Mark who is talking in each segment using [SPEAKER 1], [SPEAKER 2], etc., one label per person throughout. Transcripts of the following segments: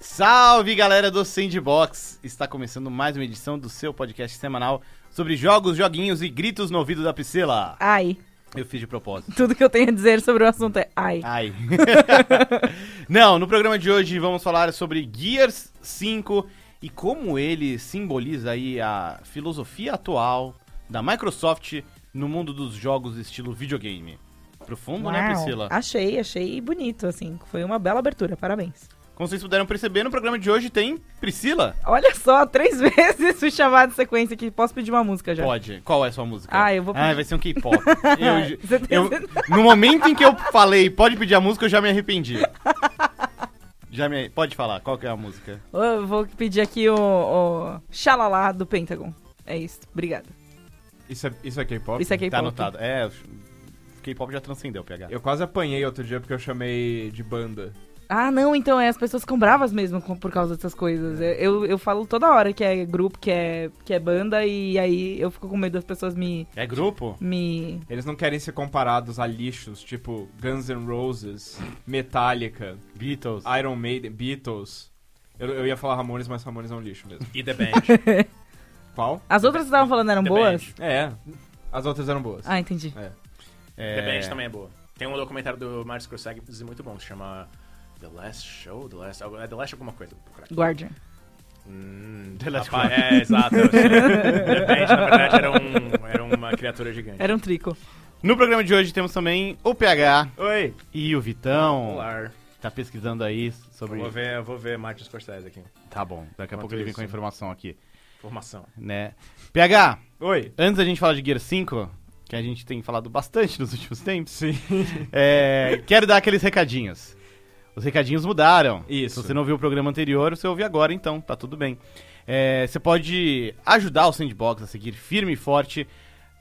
[SPEAKER 1] Salve galera do Sandbox! Está começando mais uma edição do seu podcast semanal sobre jogos, joguinhos e gritos no ouvido da Priscila.
[SPEAKER 2] Ai.
[SPEAKER 1] Eu fiz de propósito.
[SPEAKER 2] Tudo que eu tenho a dizer sobre o assunto é ai.
[SPEAKER 1] Ai. Não, no programa de hoje vamos falar sobre Gears 5 e como ele simboliza aí a filosofia atual da Microsoft no mundo dos jogos estilo videogame. Profundo, né,
[SPEAKER 2] Uau.
[SPEAKER 1] Priscila?
[SPEAKER 2] Achei, achei bonito, assim. Foi uma bela abertura, parabéns.
[SPEAKER 1] Como vocês puderam perceber, no programa de hoje tem Priscila?
[SPEAKER 2] Olha só, três vezes o chamado sequência aqui. Posso pedir uma música já?
[SPEAKER 1] Pode. Qual é a sua música?
[SPEAKER 2] Ah, eu vou
[SPEAKER 1] Ah,
[SPEAKER 2] pedir-
[SPEAKER 1] vai ser um K-pop. Eu-
[SPEAKER 2] Você tem-
[SPEAKER 1] eu- no momento em que eu falei, pode pedir a música, eu já me arrependi. Já me... Pode falar, qual que é a música?
[SPEAKER 2] Eu vou pedir aqui o, o xalalá do Pentagon. É isso, obrigada.
[SPEAKER 3] Isso é, isso é K-pop?
[SPEAKER 2] Isso é K-pop.
[SPEAKER 1] Tá anotado. É, o K-pop já transcendeu, PH.
[SPEAKER 3] Tá. Eu quase apanhei outro dia porque eu chamei de banda.
[SPEAKER 2] Ah, não, então é, as pessoas ficam bravas mesmo com- por causa dessas coisas. Eu, eu, eu falo toda hora que é grupo, que é, que é banda, e aí eu fico com medo das pessoas me.
[SPEAKER 1] É grupo?
[SPEAKER 2] me...
[SPEAKER 3] Eles não querem ser comparados a lixos tipo Guns N' Roses, Metallica,
[SPEAKER 1] Beatles.
[SPEAKER 3] Iron Maiden, Beatles. Eu, eu ia falar Ramones, mas Ramones é um lixo mesmo.
[SPEAKER 1] E The Band.
[SPEAKER 3] Qual?
[SPEAKER 2] As outras que estavam falando eram
[SPEAKER 4] The
[SPEAKER 2] boas?
[SPEAKER 4] Band.
[SPEAKER 3] É, as outras eram boas.
[SPEAKER 2] Ah, entendi.
[SPEAKER 3] É.
[SPEAKER 1] É,
[SPEAKER 4] The Band também é boa. Tem um documentário do Marcos Korsag muito bom, que se chama The Last Show, The Last... algo- É The Last alguma coisa. vou procurar aqui.
[SPEAKER 2] Guardian.
[SPEAKER 4] Hum,
[SPEAKER 1] The Last
[SPEAKER 4] rapaz,
[SPEAKER 1] One.
[SPEAKER 4] É, exato. eu sei. The Band, na verdade, era, um, era uma criatura gigante.
[SPEAKER 2] Era um trico.
[SPEAKER 1] No programa de hoje temos também o PH
[SPEAKER 4] Oi!
[SPEAKER 1] e o Vitão.
[SPEAKER 4] Olá.
[SPEAKER 1] Tá pesquisando aí sobre.
[SPEAKER 4] Vou ver, vou ver Martin Scorsese aqui.
[SPEAKER 1] Tá bom, daqui a
[SPEAKER 4] Enquanto
[SPEAKER 1] pouco ele vem
[SPEAKER 4] isso.
[SPEAKER 1] com a informação aqui,
[SPEAKER 4] Formação.
[SPEAKER 1] né? PH,
[SPEAKER 3] Oi.
[SPEAKER 1] antes da gente falar de Gear 5, que a gente tem falado bastante nos últimos tempos,
[SPEAKER 3] Sim.
[SPEAKER 1] é, quero dar aqueles recadinhos. Os recadinhos mudaram.
[SPEAKER 3] Isso.
[SPEAKER 1] Se você não viu o programa anterior, você ouve agora, então, tá tudo bem. É, você pode ajudar o Sandbox a seguir firme e forte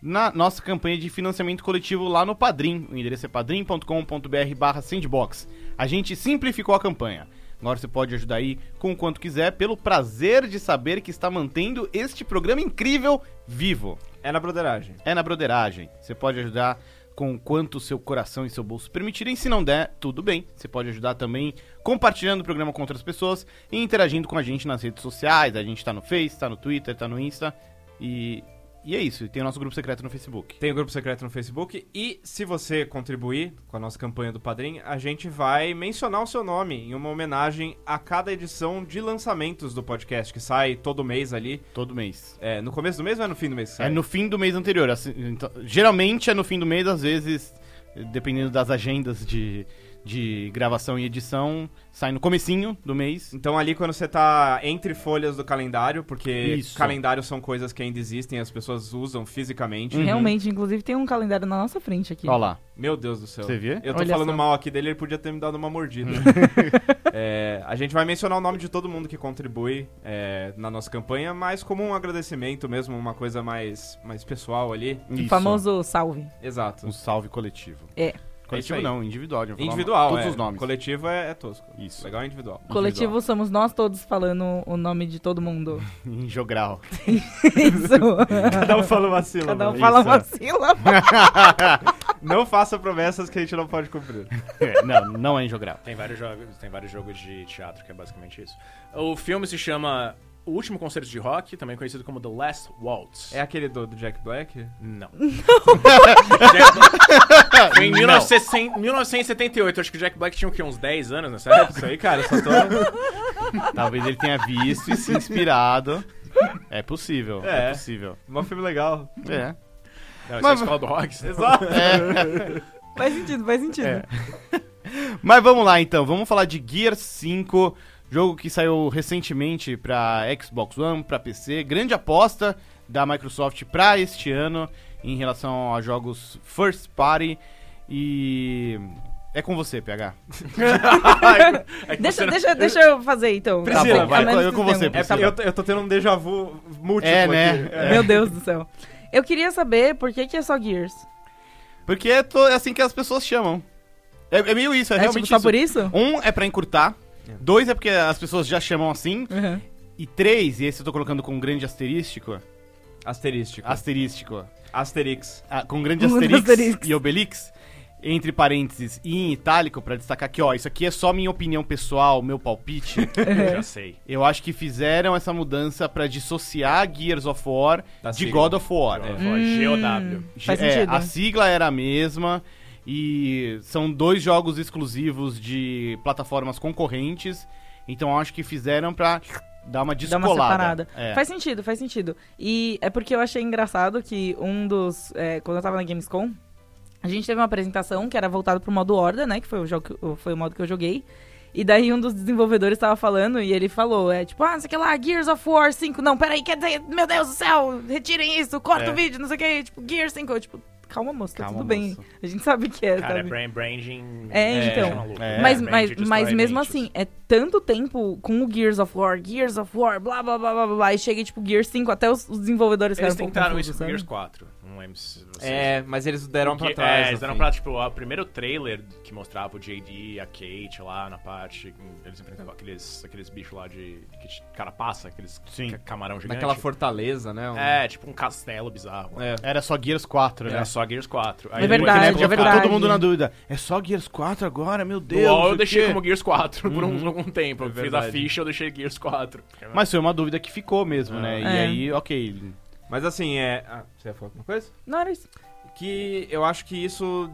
[SPEAKER 1] na nossa campanha de financiamento coletivo lá no Padrim. O endereço é padrim.com.br barra sandbox. A gente simplificou a campanha. Agora você pode ajudar aí com o quanto quiser, pelo prazer de saber que está mantendo este programa incrível vivo
[SPEAKER 3] É na broderagem.
[SPEAKER 1] é na broderagem. Você pode ajudar com quanto seu coração e seu bolso permitirem. Se não der, tudo bem. Você pode ajudar também compartilhando o programa com outras pessoas e interagindo com a gente nas redes sociais. A gente tá no Face, tá no Twitter, tá no Insta. E, e é isso. E tem o nosso grupo secreto no Facebook.
[SPEAKER 3] Tem o grupo secreto no Facebook e se você contribuir com a nossa campanha do Padrim, a gente vai mencionar o seu nome em uma homenagem a cada edição de lançamentos do podcast que sai todo mês ali.
[SPEAKER 1] Todo mês.
[SPEAKER 3] É, no começo do mês ou é no fim do mês? que sai?
[SPEAKER 1] É no fim do mês anterior. assim, então, geralmente é no fim do mês, às vezes, dependendo das agendas de, de gravação e edição, sai no comecinho do mês.
[SPEAKER 3] Então ali quando você tá entre folhas do calendário, porque
[SPEAKER 1] Isso.
[SPEAKER 3] calendários são coisas que ainda existem, as pessoas usam fisicamente.
[SPEAKER 1] Uhum.
[SPEAKER 2] Realmente, inclusive, tem um calendário na nossa frente aqui.
[SPEAKER 1] Olha lá.
[SPEAKER 3] Meu Deus do céu.
[SPEAKER 1] Você vê?
[SPEAKER 3] Eu tô
[SPEAKER 2] Olha
[SPEAKER 3] falando
[SPEAKER 2] só.
[SPEAKER 3] mal aqui dele, ele podia ter me dado uma mordida. É, a gente vai mencionar o nome de todo mundo que contribui é, na nossa campanha, mas como um agradecimento mesmo, uma coisa mais, mais pessoal ali.
[SPEAKER 2] o
[SPEAKER 1] Isso.
[SPEAKER 2] famoso salve.
[SPEAKER 3] Exato.
[SPEAKER 1] Um salve coletivo.
[SPEAKER 2] É.
[SPEAKER 1] Coletivo
[SPEAKER 3] É isso aí.
[SPEAKER 1] não, individual. eu vou falar
[SPEAKER 3] Individual,
[SPEAKER 1] Todos
[SPEAKER 3] é.
[SPEAKER 1] os nomes.
[SPEAKER 3] Coletivo é, é tosco.
[SPEAKER 1] Isso.
[SPEAKER 3] Legal é individual.
[SPEAKER 2] Coletivo somos nós todos falando o nome de todo mundo.
[SPEAKER 1] Em jogral.
[SPEAKER 2] Isso.
[SPEAKER 3] Cada um fala uma sílaba.
[SPEAKER 2] Cada um
[SPEAKER 1] Isso.
[SPEAKER 2] fala uma sílaba.
[SPEAKER 3] Não faça promessas que a gente não pode cumprir.
[SPEAKER 1] É, não, não é em jogral.
[SPEAKER 4] Tem vários jogos, tem vários jogos de teatro que é basicamente isso. O filme se chama O Último Concerto de Rock, também conhecido como The Last Waltz.
[SPEAKER 3] É aquele do, do Jack Black?
[SPEAKER 4] Não. Jack Black- Foi em 1960 1978, acho que o Jack Black tinha o quê? Uns 10 anos nessa época?
[SPEAKER 3] Isso aí, cara, eu só tô.
[SPEAKER 1] Talvez ele tenha visto e se inspirado. É possível, é,
[SPEAKER 3] É.
[SPEAKER 1] possível.
[SPEAKER 3] Mó filme legal.
[SPEAKER 1] É.
[SPEAKER 4] Não, essa é a
[SPEAKER 1] Mas-
[SPEAKER 4] escola do rock.
[SPEAKER 3] Exato.
[SPEAKER 4] É.
[SPEAKER 2] Faz sentido, faz sentido.
[SPEAKER 1] É. Mas vamos lá então, vamos falar de Gear 5, jogo que saiu recentemente pra Xbox One, pra PC. Grande aposta da Microsoft pra este ano em relação a jogos first party. E. É com você, PH.
[SPEAKER 4] É que
[SPEAKER 2] Deixa,
[SPEAKER 4] você não-
[SPEAKER 2] deixa, deixa eu fazer então.
[SPEAKER 3] Priscila,
[SPEAKER 2] A
[SPEAKER 1] vai,
[SPEAKER 2] menos
[SPEAKER 1] eu
[SPEAKER 2] que
[SPEAKER 1] com
[SPEAKER 2] vocês
[SPEAKER 1] você,
[SPEAKER 2] tenham-
[SPEAKER 3] É porque eu, tô- eu tô tendo um déjà vu múltiplo
[SPEAKER 1] É, né?
[SPEAKER 3] aqui.
[SPEAKER 1] É.
[SPEAKER 2] Meu Deus do céu. Eu queria saber por que, que é só Gears.
[SPEAKER 1] Porque é, to- é assim que as pessoas chamam. É, é meio isso, é,
[SPEAKER 2] É,
[SPEAKER 1] realmente
[SPEAKER 2] tipo, só
[SPEAKER 1] isso.
[SPEAKER 2] por isso?
[SPEAKER 1] Um é pra encurtar.
[SPEAKER 3] É.
[SPEAKER 1] Dois é porque as pessoas já chamam assim.
[SPEAKER 2] Uhum.
[SPEAKER 1] E três, e esse eu tô colocando com um grande asterístico.
[SPEAKER 3] Asterístico.
[SPEAKER 1] Asterístico.
[SPEAKER 3] Asterix.
[SPEAKER 1] ah, com um grande
[SPEAKER 2] Um
[SPEAKER 1] asterisco
[SPEAKER 2] asterisco.
[SPEAKER 1] e obelix. entre parênteses e em itálico pra destacar que, ó, isso aqui é só minha opinião pessoal, meu palpite.
[SPEAKER 4] Já sei.
[SPEAKER 1] Eu acho que fizeram essa mudança pra dissociar Gears of War
[SPEAKER 3] Da
[SPEAKER 1] de
[SPEAKER 3] sigla.
[SPEAKER 1] God of War.
[SPEAKER 4] É,
[SPEAKER 2] Hum.
[SPEAKER 4] GOW.
[SPEAKER 2] Faz
[SPEAKER 1] É,
[SPEAKER 2] sentido. né?
[SPEAKER 1] a sigla era a mesma e são dois jogos exclusivos de plataformas concorrentes, então eu acho que fizeram pra dar uma
[SPEAKER 2] Dá
[SPEAKER 1] descolada.
[SPEAKER 2] uma separada.
[SPEAKER 1] É.
[SPEAKER 2] Faz sentido, faz sentido. E é porque eu achei engraçado que um dos. é, quando eu tava na Gamescom, a gente teve uma apresentação que era voltada pro modo Horda, né? Que foi o, jogo, que eu- foi o modo que eu joguei. E daí um dos desenvolvedores tava falando e ele falou, é tipo, ah, não sei o que lá, Gears of War 5. Não, peraí, quer dizer, meu Deus do céu, retirem isso, corta
[SPEAKER 4] É.
[SPEAKER 2] o vídeo, não sei o que, tipo, Gears 5. Eu, tipo, calma, moço, tá
[SPEAKER 1] Calma,
[SPEAKER 2] tudo bem.
[SPEAKER 1] moço.
[SPEAKER 2] A gente sabe o que é,
[SPEAKER 4] Cara, é
[SPEAKER 2] sabe?
[SPEAKER 4] brand, branding.
[SPEAKER 2] É,
[SPEAKER 4] brand
[SPEAKER 2] então.
[SPEAKER 4] maluco.
[SPEAKER 1] É.
[SPEAKER 2] Mas,
[SPEAKER 4] Brand
[SPEAKER 2] mas,
[SPEAKER 4] destrói
[SPEAKER 2] mas mesmo
[SPEAKER 4] mentes.
[SPEAKER 2] assim, é tanto tempo com o Gears of War, Gears of War, blá blá blá blá blá, blá e chega em, tipo Gears 5, até os, os desenvolvedores
[SPEAKER 4] Eles
[SPEAKER 2] ficaram um pouco
[SPEAKER 4] tentaram
[SPEAKER 2] confusos,
[SPEAKER 4] isso com
[SPEAKER 2] sabe?
[SPEAKER 4] Gears 4. Não lembro se vocês.
[SPEAKER 3] É, mas eles deram pra
[SPEAKER 4] Porque-
[SPEAKER 3] trás. assim.
[SPEAKER 4] É, eles
[SPEAKER 3] no
[SPEAKER 4] deram
[SPEAKER 3] fim.
[SPEAKER 4] pra, tipo, o primeiro trailer que mostrava o JD, a Kate lá na parte. Eles enfrentavam aqueles, aqueles bichos lá de. Que carapaça, aqueles
[SPEAKER 1] Sim.
[SPEAKER 4] ca- camarão gigante.
[SPEAKER 3] Naquela fortaleza, né? um-
[SPEAKER 4] É, tipo um castelo bizarro.
[SPEAKER 3] É.
[SPEAKER 1] Era só Gears 4, né?
[SPEAKER 4] Era só Gears 4. Aí
[SPEAKER 2] É
[SPEAKER 4] depois
[SPEAKER 1] Porque na
[SPEAKER 2] Verdade,
[SPEAKER 1] época
[SPEAKER 4] eles
[SPEAKER 2] é
[SPEAKER 1] ficou
[SPEAKER 4] colocaram-
[SPEAKER 2] verdade.
[SPEAKER 1] todo mundo na dúvida. É só Gears 4 agora? Meu
[SPEAKER 4] Do
[SPEAKER 1] Deus.
[SPEAKER 4] LoL eu
[SPEAKER 1] o
[SPEAKER 4] deixei
[SPEAKER 1] quê?
[SPEAKER 4] como Gears 4 por um, algum tempo.
[SPEAKER 3] É
[SPEAKER 4] eu fiz a
[SPEAKER 3] verdade.
[SPEAKER 4] ficha, eu deixei Gears 4.
[SPEAKER 1] Mas foi uma dúvida que ficou mesmo, né? E
[SPEAKER 2] É.
[SPEAKER 1] aí, ok.
[SPEAKER 3] Mas assim, é. Ah, você ia falar alguma coisa?
[SPEAKER 2] Não era isso.
[SPEAKER 3] que eu acho que isso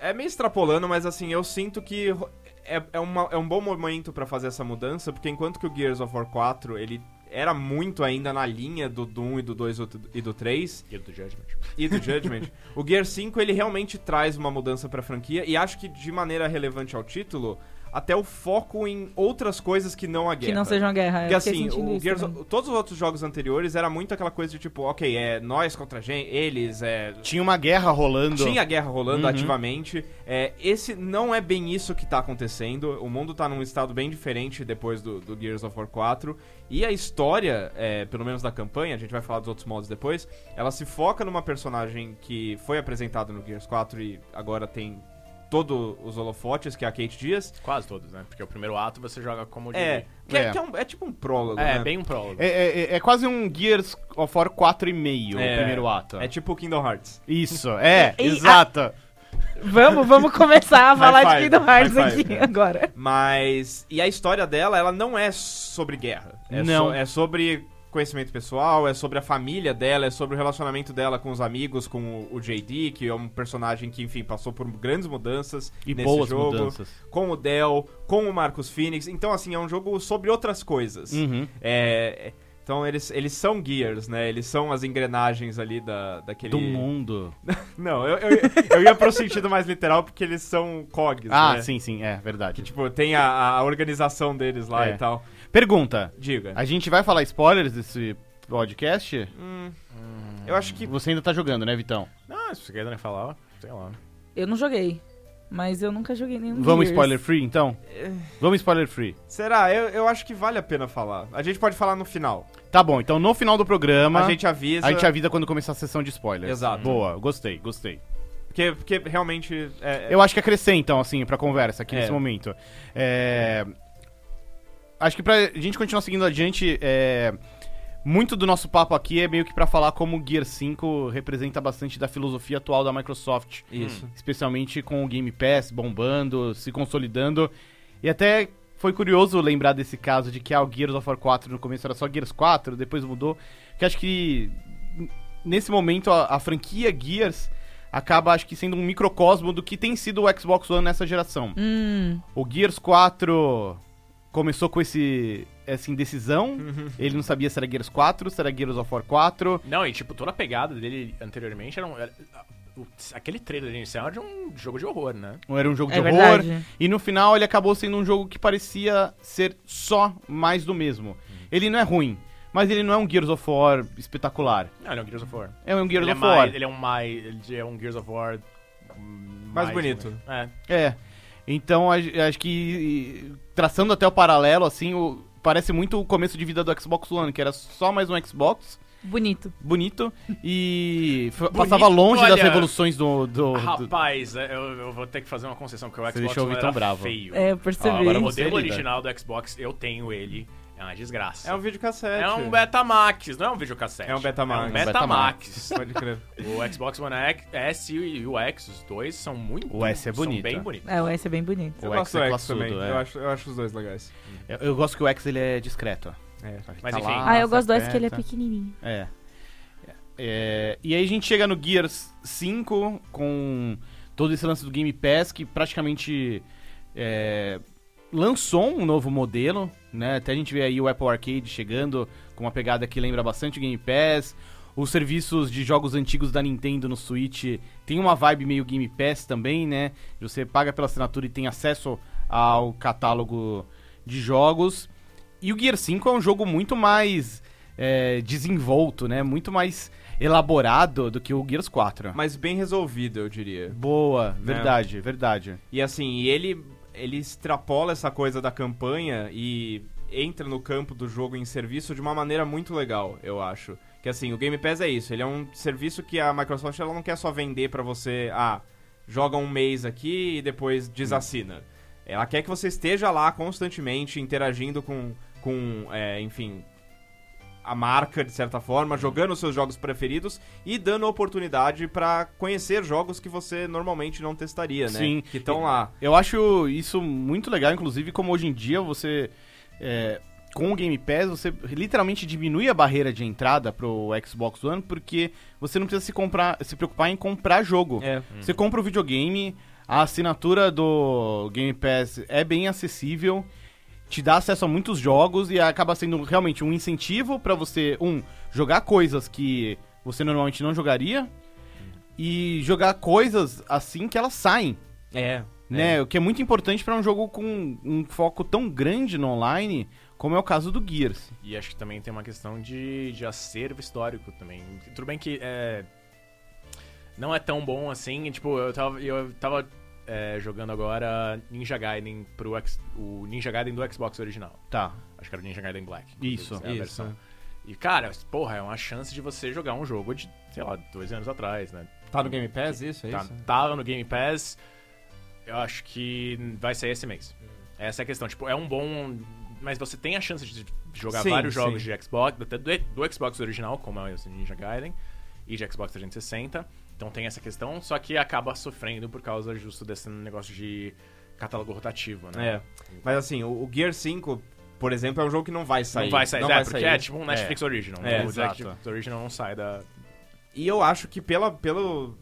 [SPEAKER 3] é meio extrapolando, mas assim, eu sinto que ro- é, é, uma- é um bom momento pra fazer essa mudança, porque enquanto que o Gears of War 4, ele era muito ainda na linha do Doom e do 2 e do 3
[SPEAKER 4] E do Judgment.
[SPEAKER 3] e do Judgment, o Gear 5 ele realmente traz uma mudança pra franquia e acho que de maneira relevante ao título, até o foco em outras coisas que não a guerra.
[SPEAKER 2] Que não seja uma guerra. é,
[SPEAKER 3] Porque
[SPEAKER 2] eu fiquei
[SPEAKER 3] assim,
[SPEAKER 2] sentindo
[SPEAKER 3] o
[SPEAKER 2] isso
[SPEAKER 3] Gears,
[SPEAKER 2] também.
[SPEAKER 3] todos os outros jogos anteriores era muito aquela coisa de tipo, ok, é nós contra a gente, eles, é
[SPEAKER 1] Tinha uma guerra rolando.
[SPEAKER 3] tinha guerra rolando
[SPEAKER 1] Uhum.
[SPEAKER 3] ativamente. É, esse não é bem isso que tá acontecendo. O mundo tá num estado bem diferente depois do, do Gears of War 4. E a história, é, pelo menos da campanha, a gente vai falar dos outros modos depois, ela se foca numa personagem que foi apresentada no Gears 4 e agora tem todos os holofotes, que é a Kate Dias.
[SPEAKER 4] Quase todos, né? Porque o primeiro ato você joga como
[SPEAKER 3] É,
[SPEAKER 4] de-
[SPEAKER 3] que é,
[SPEAKER 1] É.
[SPEAKER 3] que é um- é tipo um prólogo,
[SPEAKER 4] É,
[SPEAKER 3] né?
[SPEAKER 4] bem um prólogo.
[SPEAKER 1] É, é- é- é quase um Gears of War 4,5,
[SPEAKER 3] É.
[SPEAKER 1] o primeiro ato.
[SPEAKER 3] É tipo Kingdom Hearts.
[SPEAKER 1] Isso, é,
[SPEAKER 2] E-
[SPEAKER 1] exato.
[SPEAKER 2] Vamos, vamos começar a falar
[SPEAKER 3] High
[SPEAKER 2] de Kingdom
[SPEAKER 3] five,
[SPEAKER 2] Hearts
[SPEAKER 3] high
[SPEAKER 2] aqui
[SPEAKER 3] five.
[SPEAKER 2] agora.
[SPEAKER 3] Mas. E a história dela, ela não é sobre guerra. É
[SPEAKER 1] Não.
[SPEAKER 3] so- é sobre conhecimento pessoal, é sobre a família dela, é sobre o relacionamento dela com os amigos, com o o JD, que é um personagem que, enfim, passou por grandes mudanças
[SPEAKER 1] E
[SPEAKER 3] nesse
[SPEAKER 1] boas
[SPEAKER 3] jogo.
[SPEAKER 1] mudanças.
[SPEAKER 3] Com o Dell, com o Marcos Phoenix. Então, assim, é um jogo sobre outras coisas.
[SPEAKER 1] Uhum.
[SPEAKER 3] É, é- Então, eles, eles são gears, né? Eles são as engrenagens ali da, daquele...
[SPEAKER 1] Do mundo.
[SPEAKER 3] Não, eu, eu, eu ia pro sentido mais literal porque eles são cogs,
[SPEAKER 1] ah,
[SPEAKER 3] né?
[SPEAKER 1] sim, sim, é verdade.
[SPEAKER 3] Tipo, tem a, a organização deles lá
[SPEAKER 1] É.
[SPEAKER 3] e tal.
[SPEAKER 1] Pergunta:
[SPEAKER 3] Diga.
[SPEAKER 1] a gente vai falar spoilers desse podcast?
[SPEAKER 3] Hum. Eu acho que.
[SPEAKER 1] Você ainda tá jogando, né, Vitão?
[SPEAKER 4] Não, se você quer é nem falar, ó, sei lá.
[SPEAKER 2] Eu não joguei, mas eu nunca joguei nenhum
[SPEAKER 1] Vamos
[SPEAKER 2] Gears.
[SPEAKER 1] spoiler free, então? Vamos spoiler free.
[SPEAKER 3] Será? Eu, eu acho que vale a pena falar. A gente pode falar no final.
[SPEAKER 1] Tá bom, então no final do programa,
[SPEAKER 3] A gente avisa.
[SPEAKER 1] a gente avisa quando começar a sessão de spoilers.
[SPEAKER 3] Exato.
[SPEAKER 1] Boa, gostei, gostei.
[SPEAKER 3] Porque, porque realmente. É, é-
[SPEAKER 1] Eu acho que acrescentam, assim, pra conversa aqui
[SPEAKER 3] É.
[SPEAKER 1] nesse momento. É... Acho que pra gente continuar seguindo adiante, é... muito do nosso papo aqui é meio que pra falar como o Gear 5 representa bastante da filosofia atual da Microsoft.
[SPEAKER 3] Isso.
[SPEAKER 1] Especialmente com o Game Pass bombando, se consolidando. E até foi curioso lembrar desse caso de que ah, o Gears of War 4 no começo era só Gears 4, depois mudou. Que acho que n- nesse momento a, a franquia Gears acaba acho que sendo um microcosmo do que tem sido o Xbox One nessa geração.
[SPEAKER 2] Hum,
[SPEAKER 1] O Gears 4 começou com esse essa indecisão. Ele não sabia se era Gears 4, se era Gears of War 4.
[SPEAKER 4] Não, e tipo, toda a pegada dele anteriormente era um. era- o- aquele trailer inicial era de um jogo de horror, né?
[SPEAKER 1] Não era um jogo
[SPEAKER 2] é
[SPEAKER 1] de horror.
[SPEAKER 2] verdade.
[SPEAKER 1] E no final ele acabou sendo um jogo que parecia ser só mais do mesmo.
[SPEAKER 4] Uhum.
[SPEAKER 1] Ele não é ruim, mas ele não é um Gears of War espetacular.
[SPEAKER 4] Não, ele é um Gears of War.
[SPEAKER 1] É um Gears
[SPEAKER 4] ele, é
[SPEAKER 1] of War.
[SPEAKER 4] Mais, ele é um mais. Ele é um Gears of War. Mais,
[SPEAKER 3] bonito.
[SPEAKER 4] É.
[SPEAKER 1] É. Então a- acho que traçando até o paralelo assim, o- parece muito o começo de vida do Xbox One, que era só mais um Xbox
[SPEAKER 2] Bonito.
[SPEAKER 1] bonito e f-
[SPEAKER 4] Bonito,
[SPEAKER 1] passava longe das
[SPEAKER 4] olha. Ah,
[SPEAKER 1] revoluções do, do, do-
[SPEAKER 4] Rapaz, é, eu, eu vou ter que fazer uma concessão, porque o
[SPEAKER 1] Você
[SPEAKER 4] Xbox
[SPEAKER 1] deixou o
[SPEAKER 4] One
[SPEAKER 1] Vitão
[SPEAKER 4] era
[SPEAKER 1] bravo.
[SPEAKER 4] feio.
[SPEAKER 2] É, eu
[SPEAKER 4] Ó,
[SPEAKER 2] percebi.
[SPEAKER 4] agora o
[SPEAKER 1] Você
[SPEAKER 4] modelo
[SPEAKER 1] lida.
[SPEAKER 4] original do Xbox, eu tenho ele. É uma desgraça.
[SPEAKER 3] É um videocassete.
[SPEAKER 4] É um Betamax, não é um videocassete.
[SPEAKER 3] É um Betamax.
[SPEAKER 4] É um Betamax.
[SPEAKER 3] Pode crer.
[SPEAKER 4] o Xbox One S e o X, os dois, são muito...
[SPEAKER 1] O S é bonito,
[SPEAKER 4] São bem
[SPEAKER 1] né?
[SPEAKER 4] bonitos.
[SPEAKER 2] É, o S é bem bonito.
[SPEAKER 1] O
[SPEAKER 3] Eu
[SPEAKER 1] X
[SPEAKER 3] gosto
[SPEAKER 1] é
[SPEAKER 3] do X
[SPEAKER 1] classudo,
[SPEAKER 3] também.
[SPEAKER 1] é.
[SPEAKER 3] Eu, acho, eu acho os dois legais.
[SPEAKER 1] Eu, eu gosto que o X ele é discreto. ó.
[SPEAKER 3] É.
[SPEAKER 1] Ele
[SPEAKER 4] Mas
[SPEAKER 1] tá
[SPEAKER 4] enfim.
[SPEAKER 1] lá,
[SPEAKER 2] Ah, eu
[SPEAKER 1] você
[SPEAKER 2] gosto do S que ele é
[SPEAKER 4] tá.
[SPEAKER 1] aperta.
[SPEAKER 2] pequenininho.
[SPEAKER 1] É. É, E aí a gente chega no Gears 5 com todo esse lance do Game Pass que praticamente é, lançou um novo modelo, né? Até a gente vê aí o Apple Arcade chegando com uma pegada que lembra bastante o Game Pass. Os serviços de jogos antigos da Nintendo no Switch tem uma vibe meio Game Pass também, né? Você paga pela assinatura e tem acesso ao catálogo de jogos. E o Gear 5 é um jogo muito mais é, desenvolto, né? Muito mais elaborado do que o Gears 4.
[SPEAKER 3] Mas bem resolvido, eu diria.
[SPEAKER 1] Boa, verdade, verdade.
[SPEAKER 3] E assim, e ele, ele extrapola essa coisa da campanha e entra no campo do jogo em serviço de uma maneira muito legal, eu acho. Que assim, o Game Pass é isso, ele é um serviço que a Microsoft ela não quer só vender pra você, ah, joga um mês aqui e depois desassina. Ela quer que você esteja lá constantemente interagindo com, com é, enfim, a marca, de certa forma, jogando os seus jogos preferidos e dando oportunidade pra conhecer jogos que você normalmente não testaria, né?
[SPEAKER 1] Sim.
[SPEAKER 3] Que estão lá.
[SPEAKER 1] Eu acho isso muito legal, inclusive, como hoje em dia você. é, com o Game Pass, você literalmente diminui a barreira de entrada pro Xbox One, porque você não precisa se, comprar, se preocupar em comprar jogo.
[SPEAKER 3] É.
[SPEAKER 1] Você compra o videogame, a assinatura do Game Pass é bem acessível, te dá acesso a muitos jogos e acaba sendo realmente um incentivo pra você, um, jogar coisas que você normalmente não jogaria e jogar coisas assim que elas saem,
[SPEAKER 3] É.
[SPEAKER 1] né? O que é muito importante pra um jogo com um foco tão grande no online, como é o caso do Gears.
[SPEAKER 4] E acho que também tem uma questão de, de acervo histórico também. Tudo bem que é, não é tão bom assim. e, Tipo, eu tava, eu tava é, jogando agora Ninja Gaiden pro X- o Ninja Gaiden do Xbox original.
[SPEAKER 1] Tá.
[SPEAKER 4] Acho que era o Ninja Gaiden Black.
[SPEAKER 1] Isso,
[SPEAKER 4] é a versão. E cara, porra, é uma chance de você jogar um jogo de, sei lá, dois anos atrás, né?
[SPEAKER 3] Tá no Game Pass isso? É
[SPEAKER 4] Tá,
[SPEAKER 3] isso?
[SPEAKER 4] tava no Game Pass, eu acho que vai sair esse mês. Essa é a questão. Tipo, é um bom. Mas você tem a chance de jogar
[SPEAKER 3] Sim,
[SPEAKER 4] vários
[SPEAKER 3] sim.
[SPEAKER 4] jogos de Xbox, até do, do Xbox original, como é o Ninja Gaiden, e de Xbox 360. Então tem essa questão, só que acaba sofrendo por causa justo desse negócio de catálogo rotativo, né?
[SPEAKER 3] É. Mas assim, o, o Gear 5, por exemplo, é um jogo que não vai sair.
[SPEAKER 4] Não vai sair, é, porque é tipo um
[SPEAKER 1] É.
[SPEAKER 4] Netflix Original.
[SPEAKER 3] É,
[SPEAKER 4] o
[SPEAKER 1] exato.
[SPEAKER 4] Netflix Original não sai da.
[SPEAKER 3] E eu acho que pela, pelo.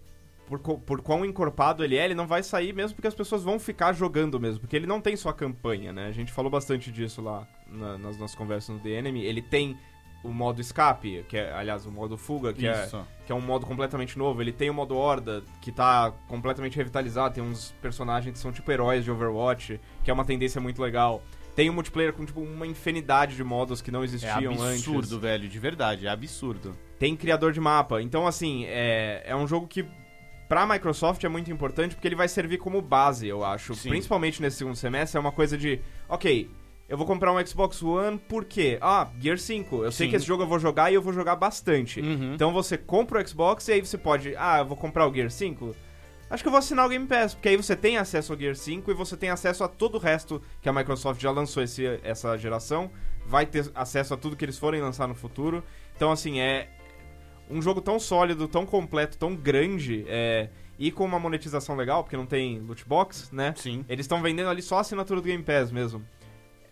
[SPEAKER 3] Por, co- por quão encorpado ele é, ele não vai sair mesmo porque as pessoas vão ficar jogando mesmo. Porque ele não tem só campanha, né? A gente falou bastante disso lá na- nas nossas conversas no The Enemy. Ele tem o modo escape, que é, aliás, o modo fuga, que é, que é um modo completamente novo. Ele tem o modo Horda, que tá completamente revitalizado. Tem uns personagens que são tipo heróis de Overwatch, que é uma tendência muito legal. Tem o multiplayer com, tipo, uma infinidade de modos que não
[SPEAKER 1] É
[SPEAKER 3] existiam antes.
[SPEAKER 1] absurdo, velho, de verdade, é absurdo.
[SPEAKER 3] Tem criador de mapa. Então, assim, é, é um jogo que pra Microsoft é muito importante porque ele vai servir como base, eu acho.
[SPEAKER 1] Sim.
[SPEAKER 3] Principalmente nesse segundo semestre, é uma coisa de, ok, eu vou comprar um Xbox One por quê? Ah, Gear 5. Eu sei
[SPEAKER 1] Sim.
[SPEAKER 3] que esse jogo eu vou jogar e eu vou jogar bastante.
[SPEAKER 1] Uhum.
[SPEAKER 3] Então você compra o Xbox e aí você pode, ah, eu vou comprar o Gear 5. Acho que eu vou assinar o Game Pass, porque aí você tem acesso ao Gear 5 e você tem acesso a todo o resto que a Microsoft já lançou esse, essa geração. Vai ter acesso a tudo que eles forem lançar no futuro. Então, assim, é um jogo tão sólido, tão completo, tão grande é, e com uma monetização legal, porque não tem loot box, né?
[SPEAKER 1] Sim.
[SPEAKER 3] Eles estão vendendo ali só a assinatura do Game Pass mesmo.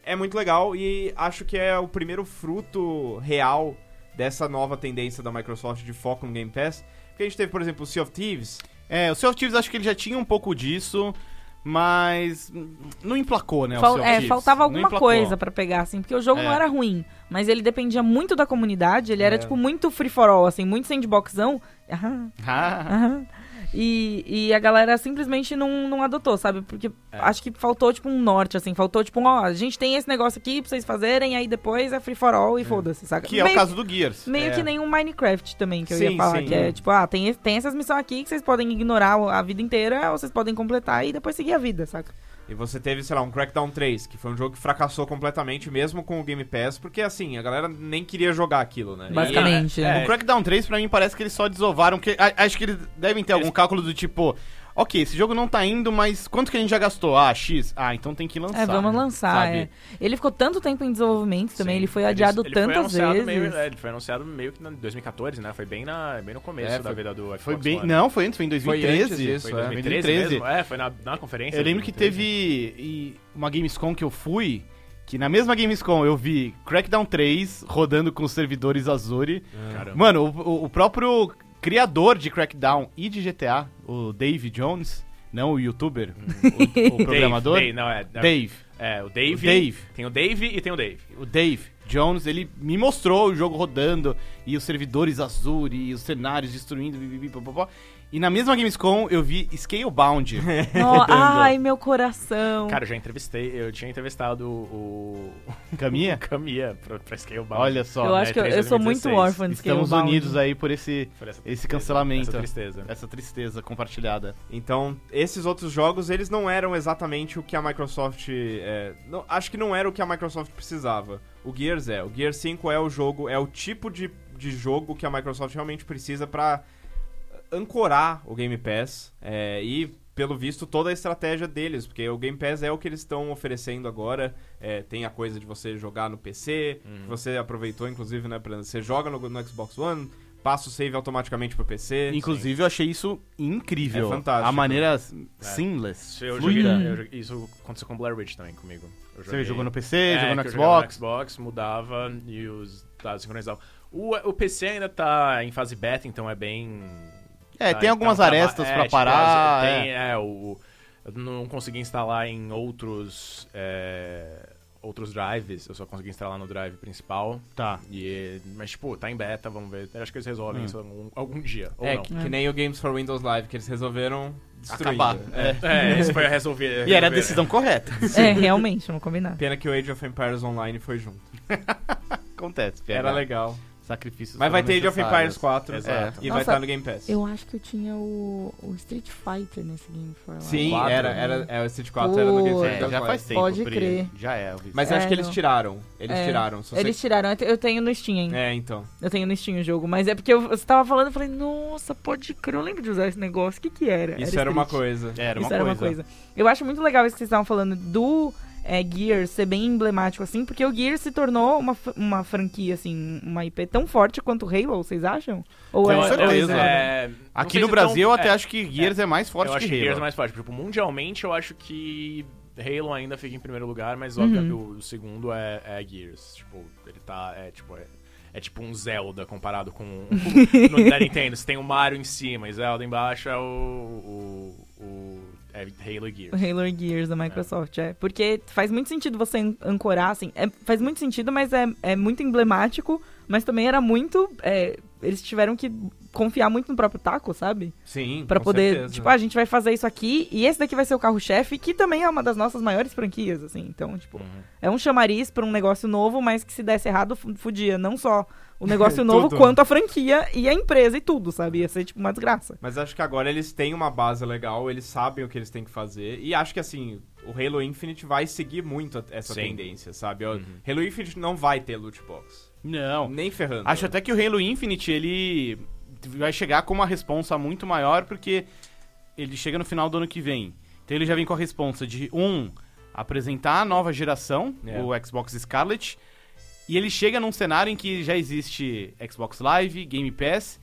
[SPEAKER 3] É muito legal e acho que é o primeiro fruto real dessa nova tendência da Microsoft de foco no Game Pass. Porque a gente teve, por exemplo, o Sea of Thieves.
[SPEAKER 1] É, o Sea of Thieves acho que ele já tinha um pouco disso, mas hum, não emplacou, né?
[SPEAKER 2] Fal-
[SPEAKER 1] o Sea of
[SPEAKER 2] é,
[SPEAKER 1] Thieves.
[SPEAKER 2] faltava
[SPEAKER 1] Não
[SPEAKER 2] alguma
[SPEAKER 1] emplacou.
[SPEAKER 2] coisa pra pegar, assim, porque o jogo
[SPEAKER 1] É.
[SPEAKER 2] não era ruim, mas ele dependia muito da comunidade, ele
[SPEAKER 3] É.
[SPEAKER 2] era, tipo, muito free for all, assim, muito sandboxão. Aham,
[SPEAKER 1] Ah,
[SPEAKER 2] aham. E, e a galera simplesmente não, não adotou, sabe? Porque
[SPEAKER 1] É.
[SPEAKER 2] acho que faltou, tipo, um norte, assim, faltou, tipo, um, ó, a gente tem esse negócio aqui pra vocês fazerem, aí depois é free for all e foda-se, saca?
[SPEAKER 1] que é o
[SPEAKER 2] Meio-
[SPEAKER 1] caso do Gears.
[SPEAKER 2] Meio
[SPEAKER 1] É.
[SPEAKER 2] que nem um Minecraft também, que eu
[SPEAKER 3] Sim,
[SPEAKER 2] ia falar.
[SPEAKER 3] sim.
[SPEAKER 2] Que é tipo, ah, tem, tem essas missões aqui que vocês podem ignorar a vida inteira, ou vocês podem completar e depois seguir a vida, saca?
[SPEAKER 3] E você teve, sei lá, um Crackdown 3, que foi um jogo que fracassou completamente mesmo com o Game Pass, porque assim, a galera nem queria jogar aquilo, né?
[SPEAKER 2] Basicamente,
[SPEAKER 4] é,
[SPEAKER 2] né?
[SPEAKER 1] O Crackdown 3, pra mim, parece que eles só desovaram. Que, a- acho que eles devem ter algum cálculo do tipo. ok, esse jogo não tá indo, mas quanto que a gente já gastou? Ah, X. Ah, então tem que lançar.
[SPEAKER 2] É, vamos lançar.
[SPEAKER 1] sabe?
[SPEAKER 2] é. Ele ficou tanto tempo em desenvolvimento também,
[SPEAKER 4] né? Sim.
[SPEAKER 2] ele foi adiado
[SPEAKER 4] ele foi
[SPEAKER 2] tantas
[SPEAKER 4] anunciado
[SPEAKER 2] vezes.
[SPEAKER 4] Meio, é, ele foi anunciado meio que em 2014, né? Foi bem, na, bem no começo
[SPEAKER 1] É,
[SPEAKER 4] da
[SPEAKER 1] foi-
[SPEAKER 4] vida do Xbox
[SPEAKER 1] Foi bem.
[SPEAKER 4] One.
[SPEAKER 1] Não, foi antes, foi em 2013.
[SPEAKER 3] antes disso,
[SPEAKER 4] Foi em
[SPEAKER 3] Isso, é,
[SPEAKER 4] 2013,
[SPEAKER 1] 2013.
[SPEAKER 4] mesmo? É, foi na, na conferência.
[SPEAKER 1] Eu lembro
[SPEAKER 4] de
[SPEAKER 1] que
[SPEAKER 4] 2013.
[SPEAKER 1] teve e, uma Gamescom que eu fui, que na mesma Gamescom eu vi Crackdown 3 rodando com os servidores Azure.
[SPEAKER 4] Caramba.
[SPEAKER 1] Mano, o, o- o próprio criador de Crackdown e de GTA, o Dave Jones, não o youtuber, o, o
[SPEAKER 4] Hum. Dave,
[SPEAKER 1] programador.
[SPEAKER 4] Dave, não, é, não,
[SPEAKER 1] Dave.
[SPEAKER 4] É, o Dave,
[SPEAKER 1] O Dave.
[SPEAKER 4] Tem o Dave e tem o Dave.
[SPEAKER 1] o Dave Jones, ele me mostrou o jogo rodando e os servidores Azure e os cenários destruindo. bibibi, popopó. E na mesma Gamescom eu vi Scalebound.
[SPEAKER 2] Nó-
[SPEAKER 1] rodando.
[SPEAKER 2] ai, meu coração.
[SPEAKER 4] Cara, eu já entrevistei, eu tinha entrevistado o. o
[SPEAKER 1] Caminha?
[SPEAKER 4] Camia pra, pra Scalebound.
[SPEAKER 1] Olha só.
[SPEAKER 2] eu
[SPEAKER 4] né,
[SPEAKER 2] acho que eu,
[SPEAKER 4] três
[SPEAKER 2] eu sou muito
[SPEAKER 4] 2016.
[SPEAKER 2] órfã de
[SPEAKER 1] Estamos
[SPEAKER 2] Scalebound.
[SPEAKER 1] unidos aí por esse,
[SPEAKER 4] Por essa
[SPEAKER 1] esse
[SPEAKER 4] tristeza,
[SPEAKER 1] cancelamento.
[SPEAKER 4] Essa tristeza.
[SPEAKER 1] essa tristeza compartilhada.
[SPEAKER 3] Então, esses outros jogos, eles não eram exatamente o que a Microsoft. é, não- acho que não era o que a Microsoft precisava. O Gears é. O Gears 5 é o jogo, é o tipo de, de jogo que a Microsoft realmente precisa pra ancorar o Game Pass. é, e, pelo visto, toda a estratégia deles, porque o Game Pass é o que eles estão oferecendo agora. é, tem a coisa de você jogar no PC, que você aproveitou, inclusive, né? Pra, você joga no, no Xbox One, passa o save automaticamente pro PC.
[SPEAKER 1] Inclusive, eu achei isso incrível.
[SPEAKER 3] É fantástico.
[SPEAKER 1] A maneira seamless,
[SPEAKER 4] Eu joguei,
[SPEAKER 1] fluida.
[SPEAKER 4] eu joguei- isso aconteceu com Blair Witch também comigo. Eu
[SPEAKER 1] Você
[SPEAKER 4] joguei-
[SPEAKER 1] jogou no PC,
[SPEAKER 4] É,
[SPEAKER 1] jogou
[SPEAKER 4] que
[SPEAKER 1] no
[SPEAKER 4] eu jogava
[SPEAKER 1] Xbox.
[SPEAKER 4] Xbox, mudava e os dados sincronizavam. O, o PC ainda tá em fase beta, então é bem.
[SPEAKER 1] É,
[SPEAKER 4] tá-
[SPEAKER 1] tem algumas
[SPEAKER 4] tá- tá-
[SPEAKER 1] arestas
[SPEAKER 4] é,
[SPEAKER 1] pra
[SPEAKER 4] tipo,
[SPEAKER 1] parar.
[SPEAKER 4] as- tem,
[SPEAKER 1] é.
[SPEAKER 4] é, o. Eu não consegui instalar em outros. é, outros drives, eu só consegui instalar no drive principal.
[SPEAKER 1] Tá.
[SPEAKER 4] E, mas, tipo, tá em beta, vamos ver. Eu acho que eles resolvem
[SPEAKER 1] Hum.
[SPEAKER 4] isso algum, algum dia. Ou
[SPEAKER 3] É,
[SPEAKER 4] não.
[SPEAKER 3] que, que nem o Games for Windows Live, que eles resolveram destruir.
[SPEAKER 1] Acabar. É.
[SPEAKER 4] É, isso foi a resolver.
[SPEAKER 1] E era a
[SPEAKER 4] resolver.
[SPEAKER 1] decisão correta.
[SPEAKER 2] É, realmente, vamos combinar.
[SPEAKER 3] Pena que o Age of Empires Online foi junto.
[SPEAKER 1] Acontece, PH.
[SPEAKER 3] Era legal.
[SPEAKER 1] Sacrifícios
[SPEAKER 3] Mas vai
[SPEAKER 1] foram
[SPEAKER 3] ter Age of
[SPEAKER 1] necessários.
[SPEAKER 3] Empires 4.
[SPEAKER 1] Exato.
[SPEAKER 3] E
[SPEAKER 5] Nossa,
[SPEAKER 3] vai estar no Game Pass.
[SPEAKER 5] Eu acho que eu tinha o, o Street Fighter nesse Game for Life.
[SPEAKER 3] Sim,
[SPEAKER 1] Quatro,
[SPEAKER 3] era,
[SPEAKER 1] né?
[SPEAKER 3] era, é, o Street 4 era do Game
[SPEAKER 5] Pô,
[SPEAKER 3] Pass.
[SPEAKER 1] É, já faz tempo,
[SPEAKER 5] Pode
[SPEAKER 1] Pri.
[SPEAKER 5] crer.
[SPEAKER 1] Já é, Elvis.
[SPEAKER 3] Mas
[SPEAKER 5] É,
[SPEAKER 3] acho que eles
[SPEAKER 5] não.
[SPEAKER 3] tiraram. Eles
[SPEAKER 2] É.
[SPEAKER 3] tiraram. Se você-
[SPEAKER 2] Eles tiraram, eu te- eu tenho no Steam ainda.
[SPEAKER 3] É, então.
[SPEAKER 2] Eu tenho no Steam o jogo, mas é porque eu, você tava falando, eu falei, nossa, pode crer, eu lembro de usar esse negócio, o que que era?
[SPEAKER 3] Isso era uma
[SPEAKER 2] Street.
[SPEAKER 3] coisa.
[SPEAKER 1] era, uma,
[SPEAKER 2] isso
[SPEAKER 1] coisa.
[SPEAKER 2] era uma coisa. Eu acho muito legal isso que vocês estavam falando do é, Gears ser bem emblemático, assim, porque o Gears se tornou uma, f- uma franquia, assim, uma IP tão forte quanto o Halo, vocês acham? Ou
[SPEAKER 1] Com
[SPEAKER 2] é
[SPEAKER 4] Eu-
[SPEAKER 2] outra
[SPEAKER 1] certeza.
[SPEAKER 2] coisa?
[SPEAKER 4] Então, é, não
[SPEAKER 1] Aqui
[SPEAKER 4] sei
[SPEAKER 1] no
[SPEAKER 4] se
[SPEAKER 1] Brasil eu
[SPEAKER 4] tão-
[SPEAKER 1] até
[SPEAKER 4] é,
[SPEAKER 1] acho que Gears é, mais forte
[SPEAKER 4] eu acho
[SPEAKER 1] que Halo.
[SPEAKER 4] Gears é mais forte. Tipo, mundialmente eu acho que Halo ainda fica em primeiro lugar, mas
[SPEAKER 2] Uhum.
[SPEAKER 4] óbvio o, o segundo é, é Gears. Tipo, ele tá. É tipo. É, é tipo um Zelda comparado com. o- no da Nintendo. Você tem o Mario em cima e Zelda embaixo é o. o, o é Halo e
[SPEAKER 2] O
[SPEAKER 4] Gears.
[SPEAKER 2] Halo e Gears da Microsoft, é. Porque faz muito sentido você an- ancorar, assim. é- faz muito sentido, mas é, é muito emblemático. Mas também era muito. é, eles tiveram que confiar muito no próprio taco, sabe?
[SPEAKER 3] Sim.
[SPEAKER 2] Pra
[SPEAKER 3] com
[SPEAKER 2] poder.
[SPEAKER 3] certeza.
[SPEAKER 2] Tipo, ah, a gente vai fazer isso aqui e esse daqui vai ser o carro-chefe, que também é uma das nossas maiores franquias, assim. Então, tipo,
[SPEAKER 4] Uhum.
[SPEAKER 2] é um chamariz pra um negócio novo, mas que se desse errado, fu- fudia. Não só o negócio novo,
[SPEAKER 3] Tudo.
[SPEAKER 2] quanto a franquia e a empresa e tudo, sabe? Ia ser, tipo, uma desgraça.
[SPEAKER 3] Mas acho que agora eles têm uma base legal, eles sabem o que eles têm que fazer. E acho que assim, o Halo Infinite vai seguir muito a- essa
[SPEAKER 4] Sim.
[SPEAKER 3] tendência, sabe? O
[SPEAKER 4] Uhum.
[SPEAKER 3] Halo Infinite não vai ter loot box.
[SPEAKER 1] Não.
[SPEAKER 3] Nem ferrando.
[SPEAKER 1] Acho até que o Halo Infinite, ele vai chegar com uma responsa muito maior, porque ele chega no final do ano que vem. Então ele já vem com a responsa de, um, apresentar a nova geração,
[SPEAKER 3] É.
[SPEAKER 1] o Xbox Scarlet, e ele chega num cenário em que já existe Xbox Live, Game Pass,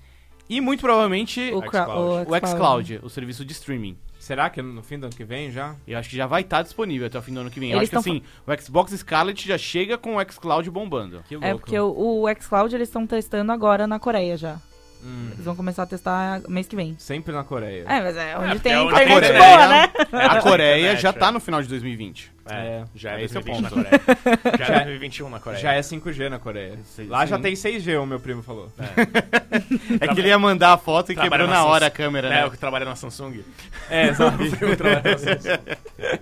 [SPEAKER 1] e muito provavelmente o,
[SPEAKER 2] cra-
[SPEAKER 4] Xcloud.
[SPEAKER 1] xCloud, o serviço de streaming.
[SPEAKER 3] Será que no fim do ano que vem já?
[SPEAKER 1] Eu acho que já vai estar disponível até o fim do ano que vem. Eu
[SPEAKER 2] Eles
[SPEAKER 1] acho que assim, o Xbox Scarlet já chega com o xCloud bombando.
[SPEAKER 3] Que louco.
[SPEAKER 2] É porque o, o xCloud eles estão testando agora na Coreia já.
[SPEAKER 3] Hum.
[SPEAKER 2] Eles vão começar a testar mês que vem.
[SPEAKER 3] Sempre na Coreia.
[SPEAKER 2] É, mas é onde
[SPEAKER 4] porque
[SPEAKER 2] tem
[SPEAKER 4] é
[SPEAKER 2] a
[SPEAKER 4] onde
[SPEAKER 2] internet
[SPEAKER 1] tem internet,
[SPEAKER 2] boa,
[SPEAKER 1] né?
[SPEAKER 2] né?
[SPEAKER 1] A Coreia
[SPEAKER 4] Internet,
[SPEAKER 1] já tá
[SPEAKER 4] é.
[SPEAKER 1] no final de 2020.
[SPEAKER 4] É,
[SPEAKER 3] É,
[SPEAKER 4] já é
[SPEAKER 1] esse é o
[SPEAKER 4] 2020 na
[SPEAKER 1] ponto.
[SPEAKER 4] Coreia. Já é 2021 na Coreia.
[SPEAKER 3] Já é 5G na Coreia.
[SPEAKER 1] Sim.
[SPEAKER 3] Lá já tem 6G, o meu primo falou.
[SPEAKER 1] É que ele ia mandar a foto e
[SPEAKER 4] Trabalha
[SPEAKER 1] quebrou na
[SPEAKER 4] na
[SPEAKER 1] hora a
[SPEAKER 4] Samsung.
[SPEAKER 1] câmera,
[SPEAKER 4] É,
[SPEAKER 1] né?
[SPEAKER 4] eu que trabalho na Samsung. É, sabe? Eu trabalho na
[SPEAKER 3] assim.
[SPEAKER 4] Samsung.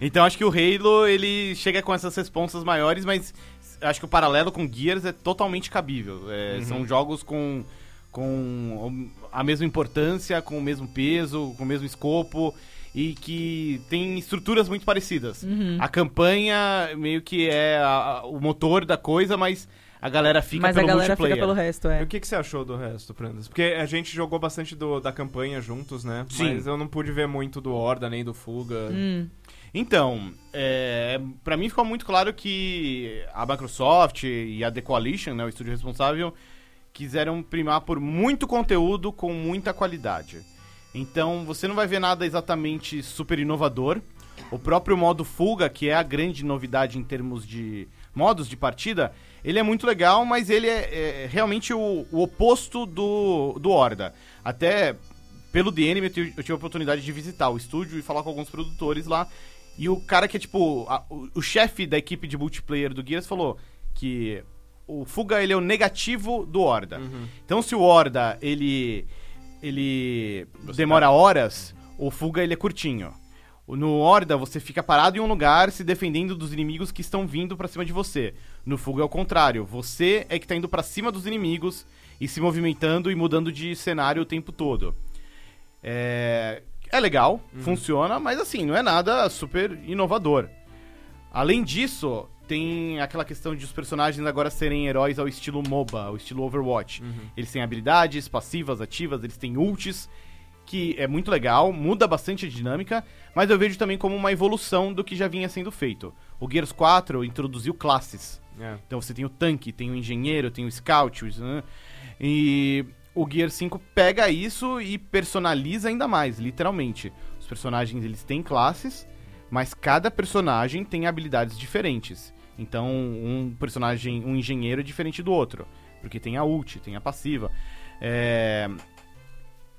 [SPEAKER 1] Então acho que o Halo, ele chega com essas responsas maiores, mas acho que o paralelo com Gears é totalmente cabível. É,
[SPEAKER 4] Uhum.
[SPEAKER 1] São jogos com, com a mesma importância, com o mesmo peso, com o mesmo escopo. e que tem estruturas muito parecidas.
[SPEAKER 2] Uhum.
[SPEAKER 1] A campanha meio que é a- a- o motor da coisa, mas a galera fica
[SPEAKER 2] Mas a
[SPEAKER 1] pelo
[SPEAKER 2] galera
[SPEAKER 1] multiplayer.
[SPEAKER 2] fica pelo resto,
[SPEAKER 3] E
[SPEAKER 2] é.
[SPEAKER 3] o que, que você achou do resto, Prandas? Porque a gente jogou bastante do, da campanha juntos, né?
[SPEAKER 1] Sim.
[SPEAKER 3] Mas eu não pude ver muito do Horda nem do Fuga.
[SPEAKER 2] Hum,
[SPEAKER 1] Então, é, para mim ficou muito claro que a Microsoft e a The Coalition, né, o estúdio responsável, quiseram primar por muito conteúdo com muita qualidade. Então, você não vai ver nada exatamente super inovador. O próprio modo fuga, que é a grande novidade em termos de modos de partida, ele é muito legal, mas ele é, é realmente o, o oposto do, do Horda. Até pelo The Enemy eu tive, eu tive a oportunidade de visitar o estúdio e falar com alguns produtores lá. E o cara que é tipo. a- o, o chefe da equipe de multiplayer do Gears falou que o Fuga ele é o negativo do Horda. Então se o Horda ele. ele demora horas, o Fuga ele é curtinho. O- No Horda, você fica parado em um lugar se defendendo dos inimigos que estão vindo pra cima de você. No Fuga é o contrário. Você é que tá indo pra cima dos inimigos e se movimentando e mudando de cenário o tempo todo. É, é legal, funciona, mas assim, não é nada super inovador. Além disso, tem aquela questão de os personagens agora serem heróis ao estilo MOBA, ao estilo Overwatch. Eles têm habilidades passivas, ativas, eles têm ults, que é muito legal, muda bastante a dinâmica, mas eu vejo também como uma evolução do que já vinha sendo feito. O Gears 4 introduziu classes.
[SPEAKER 3] É.
[SPEAKER 1] Então você tem o tanque, tem o engenheiro, tem o scout, o- né? e o Gear 5 pega isso e personaliza ainda mais, literalmente. Os personagens eles têm classes, mas cada personagem tem habilidades diferentes. Então um personagem, um engenheiro é diferente do outro, porque tem a ult, tem a passiva. É,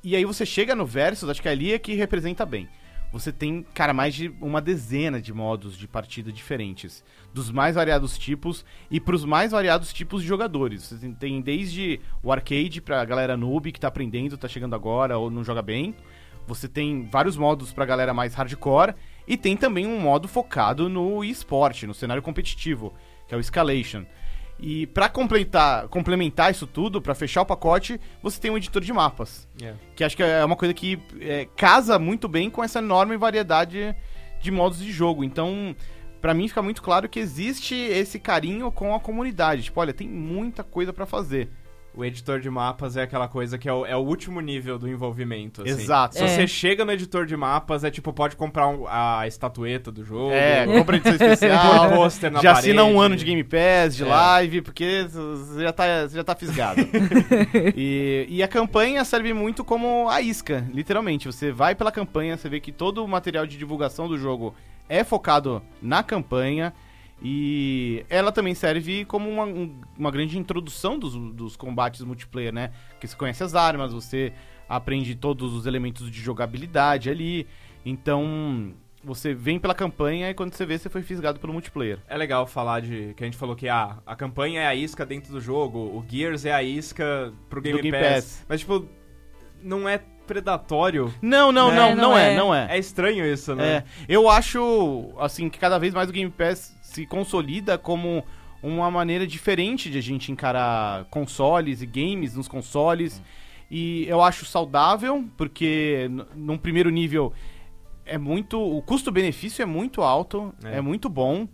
[SPEAKER 1] E aí você chega no Versus, acho que ali é que representa bem. Você tem, cara, mais de uma dezena de modos de partida diferentes. Dos mais variados tipos e pros mais variados tipos de jogadores. Você tem- tem desde o arcade pra galera noob que tá aprendendo, tá chegando agora ou não joga bem. Você tem vários modos pra galera mais hardcore. E tem também um modo focado no esporte, no cenário competitivo, que é o Escalation. E pra completar, complementar isso tudo, pra fechar o pacote, você tem um editor de mapas.
[SPEAKER 3] É.
[SPEAKER 1] Que acho que é uma coisa que é, casa muito bem com essa enorme variedade de modos de jogo. Então, pra mim fica muito claro que existe esse carinho com a comunidade. Tipo, olha, tem muita coisa pra fazer.
[SPEAKER 3] O editor de mapas é aquela coisa que é o, é o último nível do envolvimento. assim.
[SPEAKER 1] Exato.
[SPEAKER 3] Se
[SPEAKER 2] É.
[SPEAKER 3] você chega no editor de mapas, é tipo, pode comprar um- a estatueta do jogo.
[SPEAKER 1] É, compra edição
[SPEAKER 3] Pôr
[SPEAKER 1] especial.
[SPEAKER 3] pôster na
[SPEAKER 1] Já
[SPEAKER 3] parede.
[SPEAKER 1] assina um ano de Game Pass, de
[SPEAKER 3] É.
[SPEAKER 1] live, porque você já tá, você já tá fisgado. e, e a campanha serve muito como a isca, literalmente. Você vai pela campanha, você vê que todo o material de divulgação do jogo é focado na campanha. E ela também serve como uma, um- uma grande introdução dos, dos combates multiplayer, né? Porque você conhece as armas, você aprende todos os elementos de jogabilidade ali. Então, você vem pela campanha e quando você vê, você foi fisgado pelo multiplayer.
[SPEAKER 3] É legal falar de. Que a gente falou que ah, a campanha é a isca dentro do jogo, o Gears é a isca pro Game,
[SPEAKER 1] Game
[SPEAKER 3] Pass.
[SPEAKER 1] Pass.
[SPEAKER 3] Mas, tipo, não é predatório.
[SPEAKER 1] Não, não,
[SPEAKER 2] É,
[SPEAKER 1] não, não,
[SPEAKER 2] não
[SPEAKER 1] é.
[SPEAKER 2] é.
[SPEAKER 1] não é.
[SPEAKER 3] É estranho isso, né?
[SPEAKER 1] É, eu acho, assim, que cada vez mais o Game Pass se consolida como uma maneira diferente de a gente encarar consoles e games nos consoles. E eu acho saudável, porque n- num primeiro nível é muito. O custo-benefício é muito alto, é.
[SPEAKER 3] É.
[SPEAKER 1] muito bom.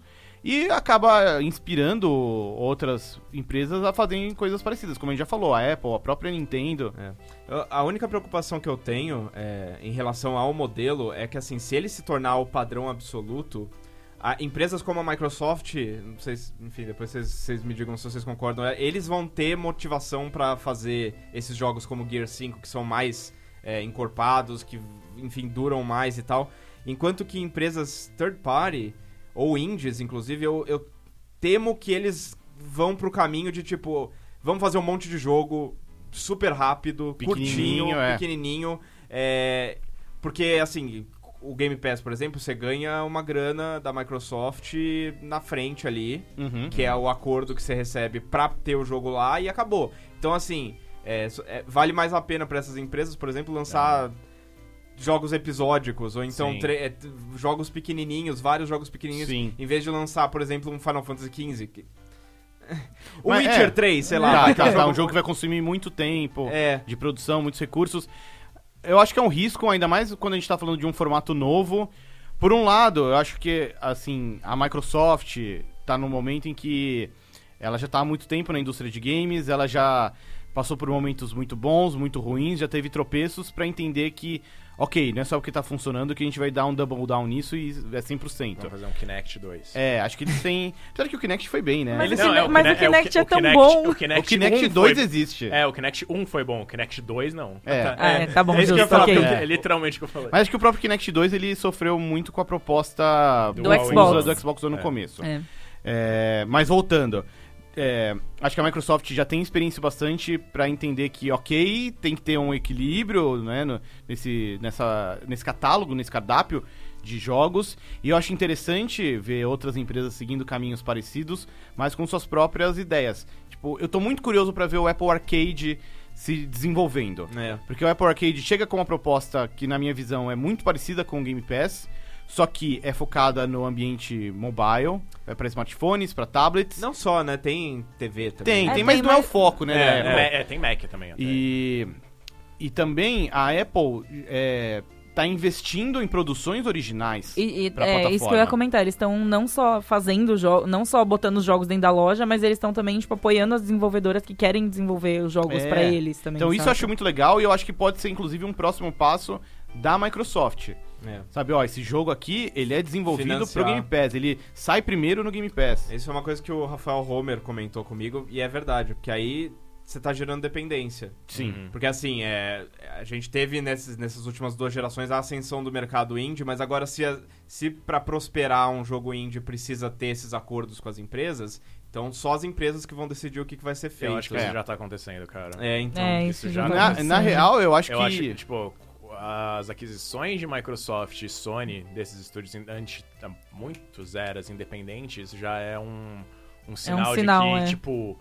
[SPEAKER 1] E acaba inspirando outras empresas a fazerem coisas parecidas, como a gente já falou, a Apple, a própria Nintendo.
[SPEAKER 3] Eu- A única preocupação que eu tenho é, em relação ao modelo é que, assim, se ele se tornar o padrão absoluto, a- empresas como a Microsoft, não sei, se- enfim, depois vocês, vocês me digam se vocês concordam, é, eles vão ter motivação pra fazer esses jogos como Gear 5, que são mais é, encorpados, que, enfim, duram mais e tal. Enquanto que empresas third party, ou indies, inclusive, eu, eu temo que eles vão pro caminho de, tipo, vamos fazer um monte de jogo super rápido,
[SPEAKER 1] Pequenininho,
[SPEAKER 3] curtinho,
[SPEAKER 1] é.
[SPEAKER 3] pequenininho. é, porque, assim, o Game Pass, por exemplo, você ganha uma grana da Microsoft na frente ali,
[SPEAKER 1] Uhum.
[SPEAKER 3] que é o acordo que você recebe pra ter o jogo lá e acabou. Então, assim, é, so- é, vale mais a pena pra essas empresas, por exemplo,
[SPEAKER 1] Ah.
[SPEAKER 3] lançar jogos episódicos, ou então
[SPEAKER 4] Sim.
[SPEAKER 3] tre- é, t- jogos pequenininhos, vários jogos pequenininhos,
[SPEAKER 1] Sim.
[SPEAKER 3] em vez de lançar, por exemplo, um Final Fantasy XV. que- O
[SPEAKER 1] Mas,
[SPEAKER 3] Witcher
[SPEAKER 1] é.
[SPEAKER 3] 3, sei lá.
[SPEAKER 1] Tá,
[SPEAKER 3] vai, que é
[SPEAKER 1] tá, tá, um jogo que vai consumir muito tempo.
[SPEAKER 3] É,
[SPEAKER 1] de produção, muitos recursos. eu acho que é um risco, ainda mais quando a gente tá falando de um formato novo. Por um lado, eu acho que, assim, a Microsoft tá num momento em que ela já tá há muito tempo na indústria de games, ela já passou por momentos muito bons, muito ruins, já teve tropeços pra entender que, ok, não é só porque tá funcionando que a gente vai dar um double down nisso e é 100%.
[SPEAKER 4] Vamos fazer um Kinect 2.
[SPEAKER 1] É, acho que eles têm. Apesar que o Kinect foi bem, né?
[SPEAKER 2] Mas
[SPEAKER 1] Ele-
[SPEAKER 2] esse- mas o
[SPEAKER 4] Kine-
[SPEAKER 2] Kinect é tão
[SPEAKER 4] Kinect-
[SPEAKER 2] bom.
[SPEAKER 4] O assim, Kinect,
[SPEAKER 1] o Kinect
[SPEAKER 4] 1
[SPEAKER 1] 2
[SPEAKER 4] foi-
[SPEAKER 1] existe.
[SPEAKER 4] É, o Kinect 1 foi bom, o Kinect 2 não.
[SPEAKER 1] É.
[SPEAKER 4] Ah,
[SPEAKER 2] Ah, é, tá bom,
[SPEAKER 4] É isso que eu ia
[SPEAKER 2] justo,
[SPEAKER 4] falar,
[SPEAKER 2] ok.
[SPEAKER 4] porque é literalmente o que eu falei.
[SPEAKER 1] Mas acho que o próprio Kinect 2 ele sofreu muito com a proposta
[SPEAKER 4] Do
[SPEAKER 1] usa-
[SPEAKER 2] Xbox.
[SPEAKER 1] do Xbox no
[SPEAKER 4] É.
[SPEAKER 1] começo.
[SPEAKER 2] É.
[SPEAKER 1] É, mas voltando, é, acho que a Microsoft já tem experiência bastante pra entender que, ok, tem que ter um equilíbrio né, no- nesse, nessa, nesse catálogo, nesse cardápio de jogos. E eu acho interessante ver outras empresas seguindo caminhos parecidos, mas com suas próprias ideias. Tipo, eu tô muito curioso pra ver o Apple Arcade se desenvolvendo.
[SPEAKER 3] É.
[SPEAKER 1] Porque o Apple Arcade chega com uma proposta que, na minha visão, é muito parecida com o Game Pass, só que é focada no ambiente mobile, é para smartphones, para tablets.
[SPEAKER 3] Não só, né? Tem TV também.
[SPEAKER 1] tem,
[SPEAKER 2] É,
[SPEAKER 1] tem, mas
[SPEAKER 2] tem,
[SPEAKER 1] não é o
[SPEAKER 2] mas-
[SPEAKER 1] foco, né?
[SPEAKER 4] É,
[SPEAKER 1] da Apple.
[SPEAKER 4] é, é, tem Mac também. até.
[SPEAKER 1] E, e também a Apple é, tá investindo em produções originais.
[SPEAKER 2] E, e-
[SPEAKER 1] pra
[SPEAKER 2] é isso que eu
[SPEAKER 1] plataforma.
[SPEAKER 2] ia comentar. Eles estão não só fazendo jogos, não só botando os jogos dentro da loja, mas eles estão também, tipo, apoiando as desenvolvedoras que querem desenvolver os jogos
[SPEAKER 1] É.
[SPEAKER 2] pra eles também.
[SPEAKER 1] Então isso eu
[SPEAKER 2] sabe?
[SPEAKER 1] acho muito legal e eu acho que pode ser, inclusive, um próximo passo da Microsoft.
[SPEAKER 3] É.
[SPEAKER 1] Sabe, ó, esse jogo aqui, ele é desenvolvido
[SPEAKER 3] Financiar.
[SPEAKER 1] pro Game Pass, ele sai primeiro no Game Pass.
[SPEAKER 3] Isso é uma coisa que o Rafael Homer comentou comigo, e é verdade, porque aí você tá gerando dependência.
[SPEAKER 1] Sim.
[SPEAKER 4] Uhum.
[SPEAKER 3] Porque assim, é, a gente teve nesses, nessas últimas duas gerações a ascensão do mercado indie, mas agora se, a- se para prosperar um jogo indie precisa ter esses acordos com as empresas, então só as empresas que vão decidir o que, que vai ser feito.
[SPEAKER 4] Eu acho que
[SPEAKER 1] É.
[SPEAKER 4] isso já tá acontecendo, cara.
[SPEAKER 3] É, então.
[SPEAKER 2] É,
[SPEAKER 4] isso
[SPEAKER 2] isso
[SPEAKER 4] já
[SPEAKER 2] já
[SPEAKER 1] Na,
[SPEAKER 4] não-
[SPEAKER 2] tá
[SPEAKER 1] na
[SPEAKER 2] acontecendo.
[SPEAKER 1] real, eu acho
[SPEAKER 4] Eu
[SPEAKER 1] que.
[SPEAKER 4] acho que, tipo, as aquisições de Microsoft e Sony desses estúdios in- antes há muitos eras independentes já é um, um sinal, de
[SPEAKER 2] sinal,
[SPEAKER 4] que,
[SPEAKER 2] é.
[SPEAKER 4] tipo,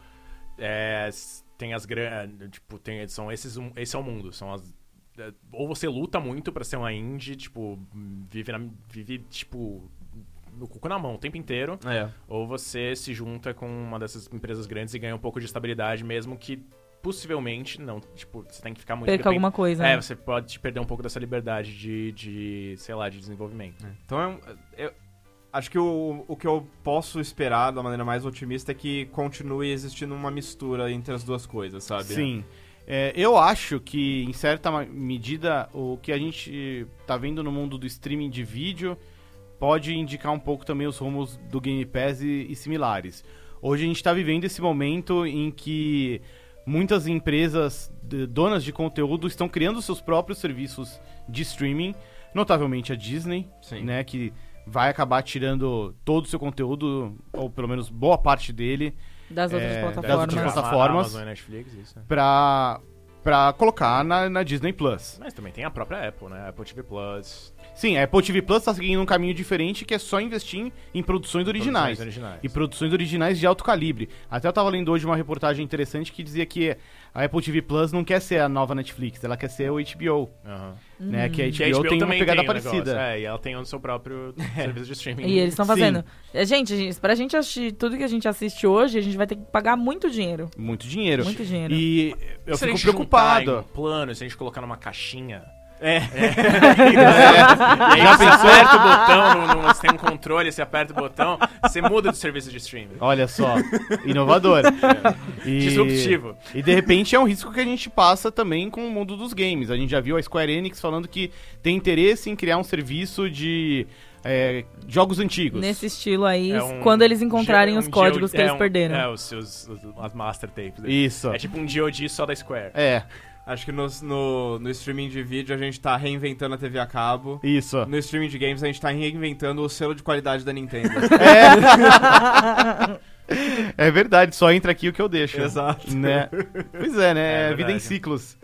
[SPEAKER 4] é, s- tem as grandes. Tipo, tem, são esses, um- esse é o mundo. São as. é, Ou você luta muito pra ser uma indie, tipo, vive, na, vive tipo, no cu na mão o tempo inteiro,
[SPEAKER 3] É.
[SPEAKER 4] ou você se junta com uma dessas empresas grandes e ganha um pouco de estabilidade, mesmo que possivelmente não, tipo, você tem que ficar muito
[SPEAKER 2] Perca
[SPEAKER 4] dependente-
[SPEAKER 2] alguma coisa.
[SPEAKER 4] é,
[SPEAKER 2] né?
[SPEAKER 4] você pode te perder um pouco dessa liberdade de, de sei lá, de desenvolvimento.
[SPEAKER 3] Então é um- eu acho que o, o que eu posso esperar da maneira mais otimista é que continue existindo uma mistura entre as duas coisas, sabe?
[SPEAKER 1] Sim. É, eu acho que, em certa ma- medida, o que a gente tá vendo no mundo do streaming de vídeo pode indicar um pouco também os rumos do Game Pass e, e similares. Hoje a gente tá vivendo esse momento em que muitas empresas d- donas de conteúdo estão criando seus próprios serviços de streaming, notavelmente a Disney,
[SPEAKER 3] Sim.
[SPEAKER 1] né, que vai acabar tirando todo o seu conteúdo, ou pelo menos boa parte dele,
[SPEAKER 2] Das outras
[SPEAKER 1] é, das
[SPEAKER 2] plataformas.
[SPEAKER 1] outras
[SPEAKER 4] Tipo,
[SPEAKER 1] plataformas.
[SPEAKER 4] a Amazon e Netflix, isso.
[SPEAKER 1] pra, pra colocar na, na Disney Plus.
[SPEAKER 4] Mas também tem a própria Apple, né? Apple TV Plus.
[SPEAKER 1] Sim, a Apple TV Plus tá seguindo um caminho diferente que é só investir em, em produções originais.
[SPEAKER 4] produções originais.
[SPEAKER 1] E produções originais de alto calibre. Até eu tava lendo hoje uma reportagem interessante que dizia que a Apple TV Plus não quer ser a nova Netflix, ela quer ser o HBO,
[SPEAKER 4] Aham.
[SPEAKER 1] né? Que a
[SPEAKER 4] Que
[SPEAKER 1] HBO,
[SPEAKER 4] Hum. a
[SPEAKER 1] tem uma
[SPEAKER 4] também
[SPEAKER 1] pegada
[SPEAKER 4] um negócio,
[SPEAKER 1] parecida.
[SPEAKER 4] É, e ela tem o seu próprio serviço de streaming.
[SPEAKER 2] E eles estão
[SPEAKER 1] Sim.
[SPEAKER 2] fazendo. É, Gente, gente, pra gente assistir tudo que a gente assiste hoje, a gente vai ter que pagar muito dinheiro.
[SPEAKER 1] Muito dinheiro.
[SPEAKER 2] Muito dinheiro.
[SPEAKER 1] E eu
[SPEAKER 4] Se a
[SPEAKER 1] fico
[SPEAKER 4] gente juntar em um
[SPEAKER 1] preocupado.
[SPEAKER 4] plano, se a gente colocar numa caixinha.
[SPEAKER 3] É.
[SPEAKER 4] né? E aí você aperta o botão, no, no- você tem um controle, você aperta o botão, você muda de serviço de streaming.
[SPEAKER 1] Olha só, inovador. E-
[SPEAKER 4] É. Disruptivo.
[SPEAKER 1] E de repente é um risco que a gente passa também com o mundo dos games. A gente já viu a Square Enix falando que tem interesse em criar um serviço de é, jogos antigos.
[SPEAKER 2] Nesse estilo aí,
[SPEAKER 4] É um
[SPEAKER 2] quando eles encontrarem
[SPEAKER 4] geo-
[SPEAKER 2] os
[SPEAKER 4] um
[SPEAKER 2] códigos
[SPEAKER 4] geo-
[SPEAKER 2] que
[SPEAKER 4] é
[SPEAKER 2] eles
[SPEAKER 4] um-
[SPEAKER 2] perderam.
[SPEAKER 4] É, os seus os- as master tapes.
[SPEAKER 1] Isso.
[SPEAKER 4] É tipo um DOD só da Square.
[SPEAKER 1] É,
[SPEAKER 3] Acho que no, no, no streaming de vídeo a gente tá reinventando a TV a cabo.
[SPEAKER 1] isso.
[SPEAKER 3] No streaming de games a gente tá reinventando o selo de qualidade da Nintendo.
[SPEAKER 1] É verdade, só entra aqui o que eu deixo.
[SPEAKER 3] Exato.
[SPEAKER 1] Né? Pois é, né? É
[SPEAKER 4] É
[SPEAKER 1] vida em
[SPEAKER 4] verdade.
[SPEAKER 1] ciclos.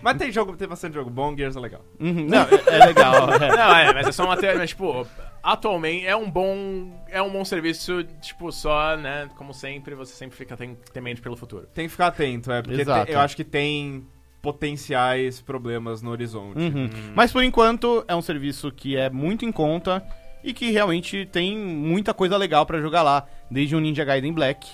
[SPEAKER 3] Mas tem jogo, tem bastante jogo bom, Gears é legal.
[SPEAKER 1] Uhum, Não, é, é legal. é.
[SPEAKER 4] Não, é, mas é só uma matéria, mas tipo, atualmente é um bom é um bom serviço, tipo, só, né, como sempre, você sempre fica tem- temente pelo futuro.
[SPEAKER 3] Tem que ficar atento, é, porque
[SPEAKER 1] Exato.
[SPEAKER 3] te- eu acho que tem potenciais problemas no horizonte.
[SPEAKER 1] Uhum. Mas por enquanto é um serviço que é muito em conta e que realmente tem muita coisa legal pra jogar lá, desde o Ninja Gaiden Black,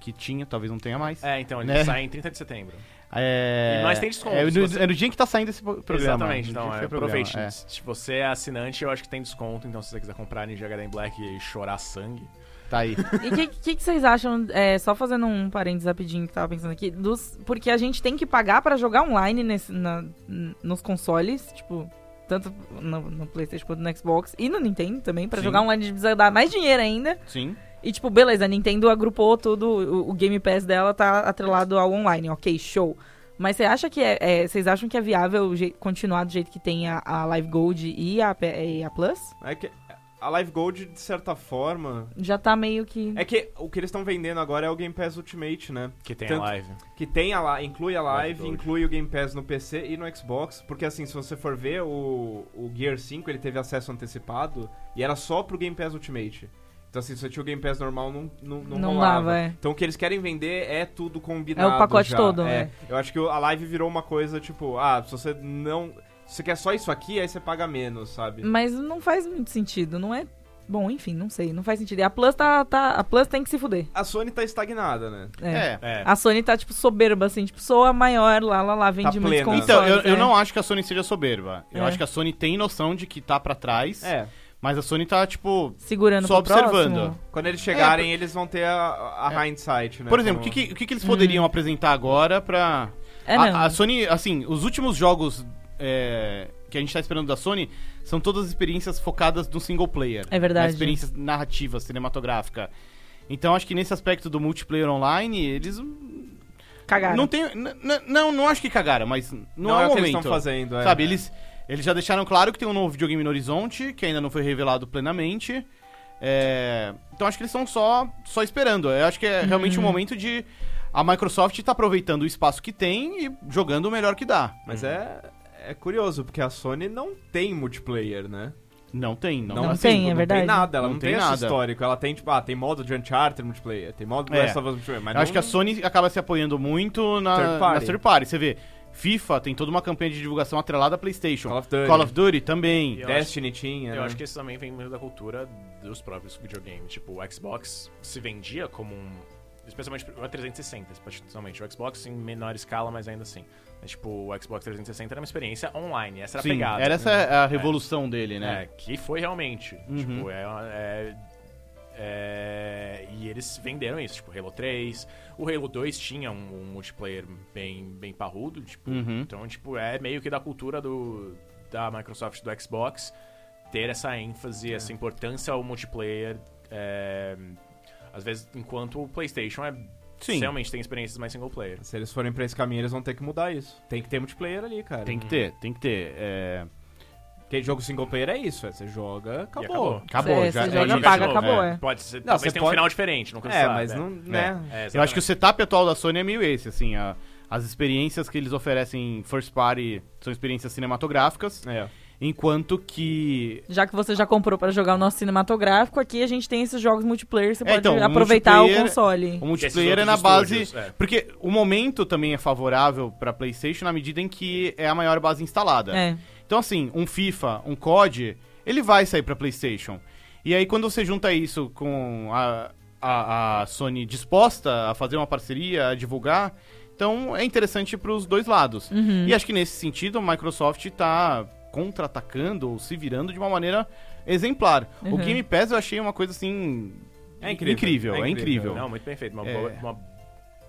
[SPEAKER 1] que tinha, talvez não tenha mais.
[SPEAKER 4] É, então, ele
[SPEAKER 1] Né?
[SPEAKER 4] sai em 30 de setembro.
[SPEAKER 1] É,
[SPEAKER 4] E nós tem desconto,
[SPEAKER 1] É no,
[SPEAKER 4] se você-
[SPEAKER 1] é no dia em que tá saindo esse pro- programa.
[SPEAKER 4] Exatamente,
[SPEAKER 1] No dia
[SPEAKER 4] então
[SPEAKER 1] que
[SPEAKER 4] é,
[SPEAKER 1] sai o programa,
[SPEAKER 4] aproveite.
[SPEAKER 1] é.
[SPEAKER 4] Se você é assinante, eu acho que tem desconto. Então, se você quiser comprar Ninja HD em Black e chorar sangue,
[SPEAKER 1] Tá aí.
[SPEAKER 2] E o que, que, que vocês acham, é, só fazendo um parênteses rapidinho que eu tava pensando aqui, dos, porque a gente tem que pagar pra jogar online nesse, na- n- nos consoles, tipo, tanto no, no Playstation quanto no Xbox, e no Nintendo também, pra
[SPEAKER 1] Sim.
[SPEAKER 2] jogar online a gente precisa dar mais dinheiro ainda.
[SPEAKER 1] Sim.
[SPEAKER 2] E tipo, beleza, a Nintendo agrupou tudo, o, o Game Pass dela tá atrelado ao online, ok, show. Mas você acha que é, é, vocês acham que é viável o jei- continuar do jeito que tem a, a Live Gold e a, P- e a Plus?
[SPEAKER 3] É que a Live Gold, de certa forma.
[SPEAKER 2] Já tá meio que...
[SPEAKER 3] É que o que eles estão vendendo agora é o Game Pass Ultimate, né?
[SPEAKER 4] que tem
[SPEAKER 3] Tanto-
[SPEAKER 4] a live.
[SPEAKER 3] Que tem a li- inclui a
[SPEAKER 4] Live
[SPEAKER 3] live,
[SPEAKER 4] Gold.
[SPEAKER 3] inclui o Game Pass no PC e no Xbox. Porque assim, se você for ver, o, o Gear 5 ele teve acesso antecipado e era só pro Game Pass Ultimate. Então assim, se você tinha o Game Pass normal, não, não, não,
[SPEAKER 2] Não
[SPEAKER 3] rolava.
[SPEAKER 2] dava, é.
[SPEAKER 3] Então o que eles querem vender é tudo combinado.
[SPEAKER 2] É o pacote
[SPEAKER 3] já.
[SPEAKER 2] todo,
[SPEAKER 3] é.
[SPEAKER 2] né?
[SPEAKER 3] Eu acho que a live virou uma coisa tipo, ah, se você não. Se você quer só isso aqui, aí você paga menos, sabe?
[SPEAKER 2] Mas não faz muito sentido, não é. Bom, enfim, não sei, não faz sentido. E a Plus tá. tá- a Plus tem que se fuder.
[SPEAKER 3] A Sony tá estagnada, né?
[SPEAKER 2] É.
[SPEAKER 1] É.
[SPEAKER 4] É.
[SPEAKER 2] A Sony tá, tipo, soberba, assim, tipo, sou a maior, lá, lá, lá, vende
[SPEAKER 3] Tá
[SPEAKER 2] muitos
[SPEAKER 3] plena.
[SPEAKER 2] consoles.
[SPEAKER 1] Então, eu, eu
[SPEAKER 2] é.
[SPEAKER 1] não acho que a Sony seja soberba. Eu
[SPEAKER 2] É.
[SPEAKER 1] acho que a Sony tem noção de que tá pra trás,
[SPEAKER 3] É.
[SPEAKER 1] mas a Sony tá, tipo...
[SPEAKER 2] Segurando
[SPEAKER 1] Só
[SPEAKER 2] pro próximo.
[SPEAKER 1] observando.
[SPEAKER 3] Quando eles chegarem, eles vão ter a, a hindsight,
[SPEAKER 1] É,
[SPEAKER 3] né?
[SPEAKER 1] Por exemplo, o
[SPEAKER 3] Como-
[SPEAKER 1] que, que, o que que eles poderiam
[SPEAKER 2] Uhum.
[SPEAKER 1] apresentar agora pra...
[SPEAKER 2] É, não.
[SPEAKER 1] a, a Sony, assim, os últimos jogos é, que a gente tá esperando da Sony são todas experiências focadas no single player.
[SPEAKER 2] É verdade.
[SPEAKER 1] Na experiência narrativa, cinematográfica. Então acho que nesse aspecto do multiplayer online, eles
[SPEAKER 2] Cagaram.
[SPEAKER 1] não tem. n- n- Não, não acho que cagaram, mas não,
[SPEAKER 3] Não
[SPEAKER 1] é o
[SPEAKER 3] é o que
[SPEAKER 1] momento.
[SPEAKER 3] eles estão fazendo, é.
[SPEAKER 1] Sabe, eles, eles já deixaram claro que tem um novo videogame no horizonte, que ainda não foi revelado plenamente. É, Então acho que eles estão só, só esperando. Eu acho que é realmente um momento de. A Microsoft tá aproveitando o espaço que tem e jogando o melhor que dá.
[SPEAKER 3] Mas é, é curioso, porque a Sony não tem multiplayer, né?
[SPEAKER 1] Não tem, não.
[SPEAKER 2] Não
[SPEAKER 1] assim,
[SPEAKER 2] tem, é
[SPEAKER 3] não
[SPEAKER 2] verdade.
[SPEAKER 3] tem nada, ela
[SPEAKER 1] Não
[SPEAKER 3] não,
[SPEAKER 1] tem
[SPEAKER 3] tem, esse
[SPEAKER 1] nada.
[SPEAKER 3] histórico. Ela tem, tipo, ah, tem modo de Uncharted multiplayer, tem modo do
[SPEAKER 1] É.
[SPEAKER 3] Last of Us multiplayer, mas
[SPEAKER 1] Eu acho
[SPEAKER 3] não-
[SPEAKER 1] que a Sony acaba se apoiando muito na
[SPEAKER 3] Third
[SPEAKER 1] third
[SPEAKER 3] party.
[SPEAKER 1] party. Third party. Você vê, FIFA tem toda uma campanha de divulgação atrelada à PlayStation.
[SPEAKER 3] Call of Duty.
[SPEAKER 1] Call of Duty também.
[SPEAKER 4] Eu acho-
[SPEAKER 3] Destiny tinha,
[SPEAKER 4] Eu
[SPEAKER 1] é.
[SPEAKER 3] né?
[SPEAKER 4] acho que isso também vem muito da cultura dos próprios videogames. Tipo, o Xbox se vendia como um. Especialmente o 360, especialmente. O Xbox em menor escala, mas ainda assim. Mas, tipo, o Xbox 360 era uma experiência online, essa era a
[SPEAKER 1] Sim,
[SPEAKER 4] pegada.
[SPEAKER 1] era essa é a revolução dele, né?
[SPEAKER 4] tá É, que foi realmente.
[SPEAKER 1] Uhum.
[SPEAKER 4] Tipo, é, é- é- E eles venderam isso, tipo, Halo 3. O Halo 2 tinha um, um multiplayer bem, bem parrudo, tipo.
[SPEAKER 1] Uhum.
[SPEAKER 4] Então, tipo, é meio que da cultura do, da Microsoft do Xbox ter essa
[SPEAKER 1] É.
[SPEAKER 4] ênfase, essa importância ao multiplayer. é, às vezes, enquanto o PlayStation é.
[SPEAKER 1] Sim.
[SPEAKER 4] Realmente tem experiências mais single player.
[SPEAKER 3] Se eles forem pra esse caminho, eles vão ter que mudar isso. Tem que ter multiplayer ali, cara. Uhum.
[SPEAKER 1] Tem que ter, tem que ter. É,
[SPEAKER 3] Porque jogo single player é isso, é, você joga, acabou.
[SPEAKER 4] acabou.
[SPEAKER 1] Acabou,
[SPEAKER 2] É,
[SPEAKER 1] já,
[SPEAKER 2] você
[SPEAKER 1] é
[SPEAKER 2] joga,
[SPEAKER 1] isso.
[SPEAKER 2] paga,
[SPEAKER 4] De novo,
[SPEAKER 2] acabou, é.
[SPEAKER 4] Pode ser,
[SPEAKER 3] você
[SPEAKER 4] talvez tenha um
[SPEAKER 3] pode-
[SPEAKER 4] final diferente, nunca se
[SPEAKER 3] É,
[SPEAKER 4] sabe,
[SPEAKER 3] mas
[SPEAKER 4] é.
[SPEAKER 3] não, né?
[SPEAKER 4] É,
[SPEAKER 1] Eu acho que o
[SPEAKER 4] exatamente.
[SPEAKER 1] setup atual da Sony é meio esse, assim. a- as experiências que eles oferecem em first party são experiências cinematográficas, né?
[SPEAKER 3] É.
[SPEAKER 1] enquanto que.
[SPEAKER 2] Já que você já comprou pra jogar o nosso cinematográfico, aqui a gente tem esses jogos multiplayer, você
[SPEAKER 1] É,
[SPEAKER 2] pode
[SPEAKER 1] então, o
[SPEAKER 2] aproveitar o
[SPEAKER 1] multiplayer-
[SPEAKER 2] console.
[SPEAKER 1] O
[SPEAKER 4] Desses
[SPEAKER 1] multiplayer é
[SPEAKER 4] outros
[SPEAKER 1] na base.
[SPEAKER 4] estúdios, é.
[SPEAKER 1] Porque o momento também é favorável pra PlayStation na medida em que é a maior base instalada.
[SPEAKER 2] É.
[SPEAKER 1] Então, assim, um FIFA, um COD, ele vai sair pra PlayStation. E aí, quando você junta isso com a, a, a Sony disposta a fazer uma parceria, a divulgar, então é interessante pros dois lados. E acho que nesse sentido, a Microsoft tá contra-atacando ou se virando de uma maneira exemplar. O
[SPEAKER 2] Uhum.
[SPEAKER 1] Game Pass eu achei uma coisa assim.
[SPEAKER 3] É incrível,
[SPEAKER 1] incrível,
[SPEAKER 3] é
[SPEAKER 1] é incrível.
[SPEAKER 3] incrível.
[SPEAKER 4] Não, muito bem feito. Uma
[SPEAKER 1] É.
[SPEAKER 4] boa- uma-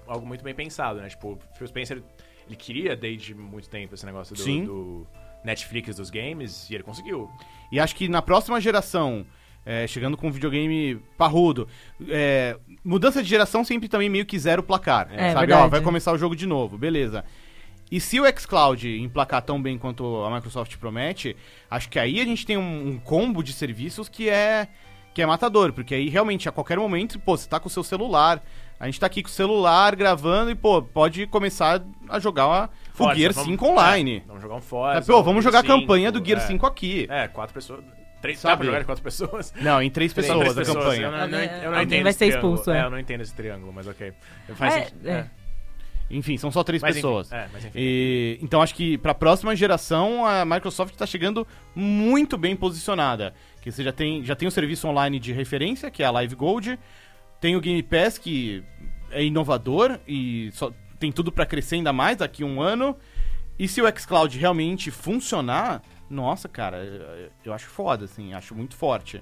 [SPEAKER 4] algo muito bem pensado, né? Tipo, o Phil Spencer, ele- ele queria desde muito tempo esse negócio do,
[SPEAKER 1] Sim.
[SPEAKER 4] do Netflix dos games e ele conseguiu.
[SPEAKER 1] E acho que na próxima geração, é, chegando com um videogame parrudo, é, mudança de geração sempre também meio que zero o placar.
[SPEAKER 2] É,
[SPEAKER 1] sabe,
[SPEAKER 2] verdade.
[SPEAKER 1] ó, vai começar o jogo de novo, beleza. E se o xCloud emplacar tão bem quanto a Microsoft promete, acho que aí a gente tem um, um combo de serviços que é que é matador, porque aí realmente a qualquer momento, pô, você tá com o seu celular, a gente tá aqui com o celular gravando e, pô, pode começar a jogar o
[SPEAKER 4] Forza,
[SPEAKER 1] Gear
[SPEAKER 4] vamos-
[SPEAKER 1] 5 online.
[SPEAKER 4] é, vamos jogar um
[SPEAKER 1] É,
[SPEAKER 4] Forza.
[SPEAKER 1] pô, vamos jogar a
[SPEAKER 4] Gear
[SPEAKER 1] campanha
[SPEAKER 4] 5,
[SPEAKER 1] do Gear
[SPEAKER 4] é.
[SPEAKER 1] 5 aqui.
[SPEAKER 4] É, quatro pessoas. Três, dá
[SPEAKER 1] Sabe?
[SPEAKER 4] pra jogar de quatro pessoas?
[SPEAKER 1] Não, em três
[SPEAKER 4] Três
[SPEAKER 1] pessoas a
[SPEAKER 4] pessoas, né? Eu
[SPEAKER 1] campanha.
[SPEAKER 4] não, eu não- eu não
[SPEAKER 2] Alguém
[SPEAKER 4] entendo
[SPEAKER 2] vai
[SPEAKER 4] esse
[SPEAKER 2] ser
[SPEAKER 4] triângulo.
[SPEAKER 2] expulso, é.
[SPEAKER 4] eu não entendo esse triângulo, mas ok. Faz
[SPEAKER 2] É,
[SPEAKER 4] sentido.
[SPEAKER 2] é.
[SPEAKER 1] Enfim, são só três
[SPEAKER 4] Mas enfim,
[SPEAKER 1] pessoas.
[SPEAKER 4] é, mas enfim.
[SPEAKER 1] E, então acho que pra próxima geração a Microsoft tá chegando muito bem posicionada. Que você já tem, já tem o serviço online de referência, que é a Live Gold, tem o Game Pass que é inovador e só tem tudo pra crescer ainda mais daqui a um ano. E se o xCloud realmente funcionar, nossa, cara, eu- eu acho foda, assim, acho muito forte.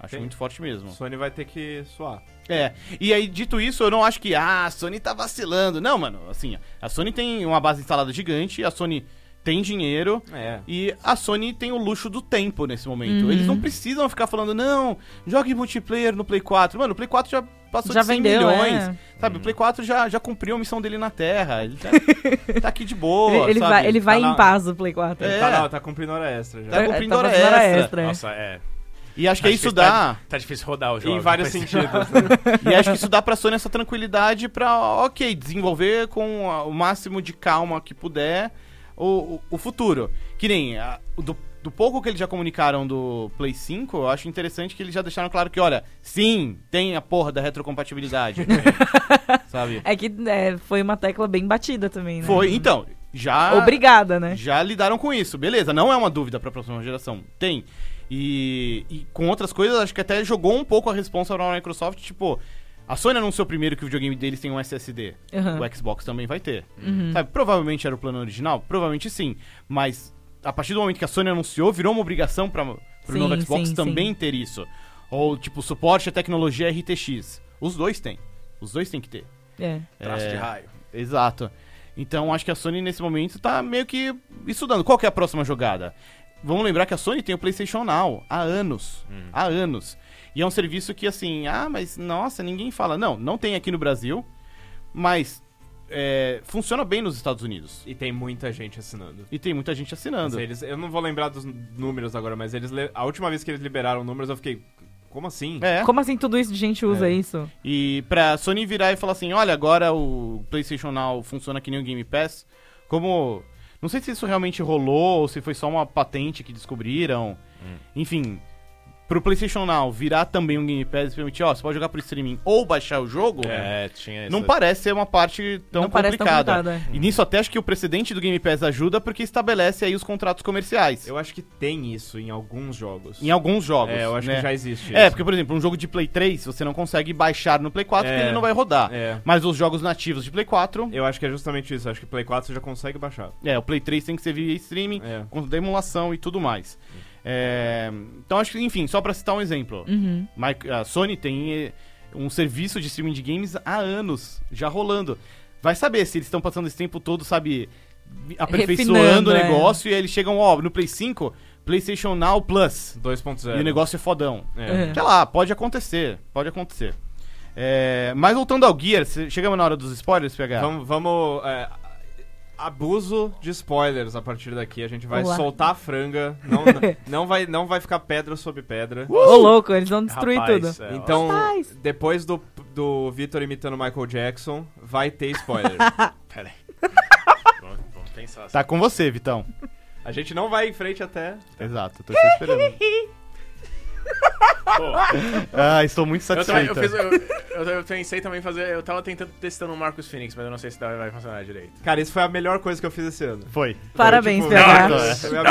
[SPEAKER 1] Acho
[SPEAKER 3] Tem-
[SPEAKER 1] muito forte mesmo.
[SPEAKER 3] Sony vai ter que suar.
[SPEAKER 1] É, e aí, dito isso, eu não acho que ah, a Sony tá vacilando. Não, mano, assim, a Sony tem uma base instalada gigante, a Sony tem dinheiro
[SPEAKER 3] É.
[SPEAKER 1] e a Sony tem o luxo do tempo nesse
[SPEAKER 2] Uhum.
[SPEAKER 1] momento. Eles não precisam ficar falando, não, jogue multiplayer no Play 4. Mano, o Play 4 já passou
[SPEAKER 2] Já
[SPEAKER 1] de 100
[SPEAKER 2] vendeu,
[SPEAKER 1] milhões.
[SPEAKER 2] é.
[SPEAKER 1] Sabe, o Play 4 já, já cumpriu a missão dele na Terra. Ele tá, tá aqui de boa.
[SPEAKER 2] ele, ele
[SPEAKER 1] sabe?
[SPEAKER 2] vai, ele vai
[SPEAKER 3] Tá
[SPEAKER 2] em
[SPEAKER 3] lá.
[SPEAKER 2] paz o Play 4.
[SPEAKER 1] É.
[SPEAKER 3] Tá, lá, tá cumprindo hora extra já.
[SPEAKER 1] Tá cumprindo hora
[SPEAKER 2] fazendo
[SPEAKER 1] extra.
[SPEAKER 2] é.
[SPEAKER 4] Nossa, é.
[SPEAKER 1] E acho que isso
[SPEAKER 4] que
[SPEAKER 1] dá.
[SPEAKER 4] Tá, tá difícil rodar o jogo.
[SPEAKER 3] Em vários
[SPEAKER 4] Mas-
[SPEAKER 3] sentidos.
[SPEAKER 1] E acho que isso dá pra Sony essa tranquilidade pra, ok, desenvolver com a- o máximo de calma que puder o, o, o futuro. Que nem a- o do, do pouco que eles já comunicaram do Play 5, eu acho interessante que eles já deixaram claro que, olha, sim, tem a porra da retrocompatibilidade. sabe?
[SPEAKER 2] É que é, foi uma tecla bem batida também, né?
[SPEAKER 1] Foi, então, já.
[SPEAKER 2] Obrigada, né?
[SPEAKER 1] Já lidaram com isso, beleza. Não é uma dúvida pra próxima geração. Tem. E, e com outras coisas, acho que até jogou um pouco a responsa na Microsoft, tipo. A Sony anunciou primeiro que o videogame deles tem um SSD.
[SPEAKER 2] Aham.
[SPEAKER 1] O Xbox também vai ter.
[SPEAKER 2] Uhum.
[SPEAKER 1] Sabe, provavelmente era o plano original? Provavelmente sim. Mas a partir do momento que a Sony anunciou, virou uma obrigação para pro
[SPEAKER 2] Sim,
[SPEAKER 1] novo Xbox
[SPEAKER 2] sim,
[SPEAKER 1] também
[SPEAKER 2] sim.
[SPEAKER 1] ter isso. Ou, tipo, suporte à tecnologia RTX. Os dois têm. Os dois têm que ter.
[SPEAKER 2] É.
[SPEAKER 4] Traço de
[SPEAKER 1] É.
[SPEAKER 4] raio.
[SPEAKER 1] Exato. Então acho que a Sony nesse momento tá meio que estudando. Qual que é a próxima jogada? Vamos lembrar que a Sony tem o PlayStation Now há anos.
[SPEAKER 4] Hum.
[SPEAKER 1] Há anos. E é um serviço que assim, ah, mas nossa, ninguém fala. Não, não tem aqui no Brasil, mas é, funciona bem nos Estados Unidos.
[SPEAKER 3] e tem muita gente assinando.
[SPEAKER 1] E tem muita gente assinando.
[SPEAKER 3] Assim, eles, eu não vou lembrar dos números agora, mas eles le- a última vez que eles liberaram números eu fiquei, como assim?
[SPEAKER 1] É.
[SPEAKER 2] Como assim tudo isso de gente usa isso?
[SPEAKER 1] E pra Sony virar e falar assim, olha, agora o PlayStation Now funciona que nem o Game Pass, como... Não sei se isso realmente rolou ou se foi só uma patente que descobriram.
[SPEAKER 3] Hum.
[SPEAKER 1] Enfim, pro PlayStation Now virar também um Game Pass e permitir, ó, você pode jogar pro streaming ou baixar o jogo,
[SPEAKER 4] É, tinha
[SPEAKER 1] não
[SPEAKER 4] essa-
[SPEAKER 1] parece ser uma parte tão é.
[SPEAKER 2] Não parece tão
[SPEAKER 1] complicada.
[SPEAKER 2] complicada,
[SPEAKER 3] Hum.
[SPEAKER 1] E nisso até acho que o precedente do Game Pass ajuda porque estabelece aí os contratos comerciais.
[SPEAKER 3] Eu acho que tem isso em alguns jogos.
[SPEAKER 1] Em alguns jogos,
[SPEAKER 3] É, eu acho
[SPEAKER 1] né?
[SPEAKER 3] que já existe
[SPEAKER 1] É,
[SPEAKER 3] isso.
[SPEAKER 1] porque, por exemplo, um jogo de Play 3 você não consegue baixar no Play 4 porque
[SPEAKER 3] É.
[SPEAKER 1] ele não vai rodar.
[SPEAKER 3] É.
[SPEAKER 1] Mas os jogos nativos de Play 4,
[SPEAKER 3] Eu acho que é justamente isso. Eu acho que Play 4 você já consegue baixar.
[SPEAKER 1] é, o Play 3 tem que ser via streaming,
[SPEAKER 3] É.
[SPEAKER 1] com demulação e tudo mais. É, então acho que, enfim, só pra citar um exemplo.
[SPEAKER 2] Uhum.
[SPEAKER 1] Mic- A Sony tem eh, um serviço de streaming de games há anos, já rolando. Vai saber se eles estão passando esse tempo todo, sabe, aperfeiçoando
[SPEAKER 2] Refinando,
[SPEAKER 1] o
[SPEAKER 2] é.
[SPEAKER 1] negócio e aí eles chegam, ó, no Play 5, PlayStation Now Plus.
[SPEAKER 3] 2.0.
[SPEAKER 1] E o negócio é fodão.
[SPEAKER 3] É.
[SPEAKER 2] É.
[SPEAKER 1] Sei lá, pode acontecer, pode acontecer. É, mas voltando ao Gear, cê- chegamos na hora dos spoilers, PH?
[SPEAKER 3] Vamos, vamos, é, abuso de spoilers a partir daqui. A gente vai
[SPEAKER 2] Olá.
[SPEAKER 3] soltar a franga. Não, não vai, não vai ficar pedra sobre pedra.
[SPEAKER 2] Ô, louco, eles vão destruir
[SPEAKER 4] Rapaz,
[SPEAKER 2] tudo.
[SPEAKER 4] é, ó.
[SPEAKER 3] Então,
[SPEAKER 2] Rapaz.
[SPEAKER 3] depois do, do Vitor imitando Michael Jackson, vai ter spoiler.
[SPEAKER 4] Pera aí. vamos, vamos pensar.
[SPEAKER 1] Tá com você, Vitão.
[SPEAKER 3] a gente não vai em frente até.
[SPEAKER 1] Exato, tô te esperando.
[SPEAKER 4] Pô,
[SPEAKER 1] ah, estou muito
[SPEAKER 4] eu, também,
[SPEAKER 1] satisfeito.
[SPEAKER 4] eu, fiz, eu, eu, eu pensei também em fazer. Eu tava tentando testando o Marcos Phoenix, mas eu não sei se tá- vai funcionar direito.
[SPEAKER 3] Cara, isso foi a melhor coisa que eu fiz esse ano.
[SPEAKER 1] Foi.
[SPEAKER 2] Parabéns,
[SPEAKER 3] tipo,
[SPEAKER 2] PH.
[SPEAKER 1] nada.
[SPEAKER 3] Foi a-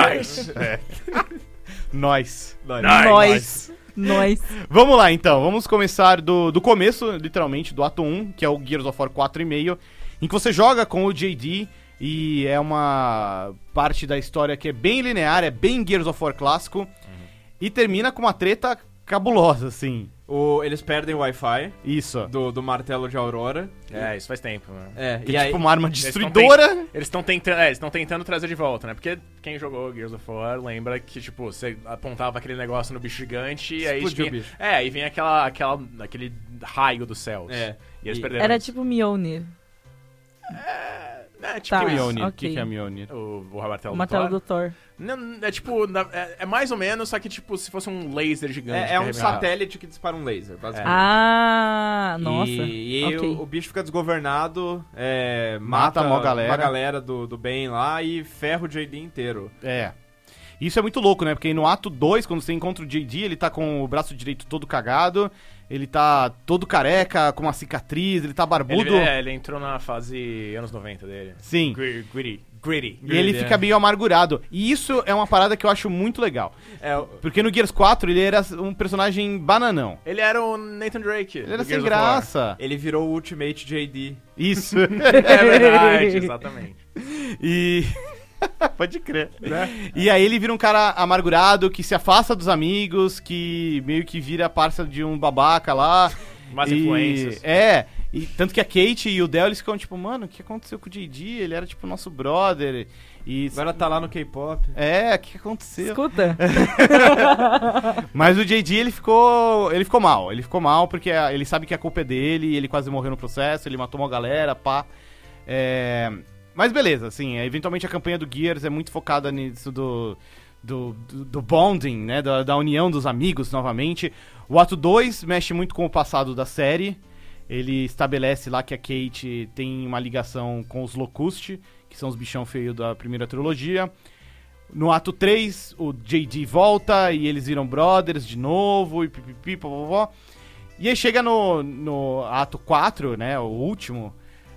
[SPEAKER 1] Nós.
[SPEAKER 3] Nice.
[SPEAKER 2] Nós. Nós.
[SPEAKER 1] Vamos lá, então. Vamos começar do, do começo, literalmente, do ato 1, que é o Gears of War 4,5, em que você joga com o JD e é uma parte da história que é bem linear, é bem Gears of War clássico,
[SPEAKER 4] Uhum.
[SPEAKER 1] e termina com uma treta cabulosa, assim.
[SPEAKER 3] O- eles perdem o Wi-Fi
[SPEAKER 1] Isso.
[SPEAKER 3] do, do martelo de Aurora.
[SPEAKER 4] É, isso faz tempo, mano.
[SPEAKER 3] É,
[SPEAKER 1] Que
[SPEAKER 3] e
[SPEAKER 1] é
[SPEAKER 3] aí,
[SPEAKER 1] tipo uma arma
[SPEAKER 4] Eles tão
[SPEAKER 1] destruidora.
[SPEAKER 4] ten- Eles estão tentando, é, eles estão tentando trazer de volta, né? Porque quem jogou Gears of War lembra que tipo você apontava aquele negócio no bicho gigante e aí
[SPEAKER 3] Explodiu
[SPEAKER 4] vinha-
[SPEAKER 3] o bicho.
[SPEAKER 4] É, aí vem aquela, aquela aquele raio dos céus.
[SPEAKER 3] É.
[SPEAKER 4] E eles
[SPEAKER 3] E-
[SPEAKER 4] perderam.
[SPEAKER 2] Era
[SPEAKER 4] isso.
[SPEAKER 2] tipo Mjolnir.
[SPEAKER 4] é, tipo
[SPEAKER 2] tá.
[SPEAKER 4] isso.
[SPEAKER 1] Mjolnir. O
[SPEAKER 2] ok.
[SPEAKER 1] que, que é Mjolnir?
[SPEAKER 4] O, o martelo
[SPEAKER 2] O
[SPEAKER 4] do
[SPEAKER 2] martelo
[SPEAKER 4] Thor.
[SPEAKER 2] do Thor.
[SPEAKER 4] Não, é tipo, na- é, é mais ou menos, só que tipo se fosse um laser gigante.
[SPEAKER 3] é, é
[SPEAKER 4] que
[SPEAKER 3] um
[SPEAKER 4] arrebentava.
[SPEAKER 3] satélite que dispara um laser, basicamente.
[SPEAKER 2] Ah, nossa.
[SPEAKER 3] E, e
[SPEAKER 2] ok.
[SPEAKER 3] o, o bicho fica desgovernado, é,
[SPEAKER 1] Mata
[SPEAKER 3] mata,
[SPEAKER 1] a mó galera.
[SPEAKER 3] uma do, do bem lá e ferra o JD inteiro.
[SPEAKER 1] É. Isso é muito louco, né? Porque no ato 2, quando você encontra o JD, ele tá com o braço direito todo cagado, ele tá todo careca, com
[SPEAKER 4] é,
[SPEAKER 1] uma cicatriz, ele tá barbudo.
[SPEAKER 4] Ele, é, ele entrou na fase anos 90 dele.
[SPEAKER 1] Sim.
[SPEAKER 4] Gri- Gritty. Gritty.
[SPEAKER 1] E ele fica meio amargurado. E isso é uma parada que eu acho muito legal.
[SPEAKER 3] É,
[SPEAKER 1] Porque no Gears 4 ele era um personagem bananão.
[SPEAKER 4] ele era o Nathan Drake.
[SPEAKER 1] Ele era
[SPEAKER 4] do
[SPEAKER 1] sem
[SPEAKER 4] Gears of War.
[SPEAKER 1] graça.
[SPEAKER 3] Ele virou o Ultimate JD.
[SPEAKER 1] Isso.
[SPEAKER 4] É verdade, exatamente.
[SPEAKER 1] E. Pode crer.
[SPEAKER 4] né?
[SPEAKER 1] E aí ele vira um cara amargurado que se afasta dos amigos, que meio que vira parça de um babaca lá.
[SPEAKER 4] Más
[SPEAKER 1] E-
[SPEAKER 4] influências.
[SPEAKER 1] É. E tanto que a Kate e o Del eles ficam tipo, mano, o que aconteceu com o JD? Ele era tipo nosso brother. E.
[SPEAKER 3] Agora tá lá no K-pop.
[SPEAKER 1] É, o que aconteceu?
[SPEAKER 2] Escuta.
[SPEAKER 1] Mas o JD ele ficou. ele ficou mal. Ele ficou mal porque a- ele sabe que a culpa é dele, ele quase morreu no processo, ele matou uma galera, pá. É, Mas beleza, assim, é, eventualmente a campanha do Gears é muito focada nisso do. Do, do, do bonding, né? Da, da união dos amigos novamente. O ato 2 mexe muito com o passado da série. Ele estabelece lá que a Kate tem uma ligação com os Locust, que são os bichão feio da primeira trilogia. No ato 3, o JD volta e eles viram brothers de novo e pipipi, popopó. E aí chega no, no ato 4, né, o último,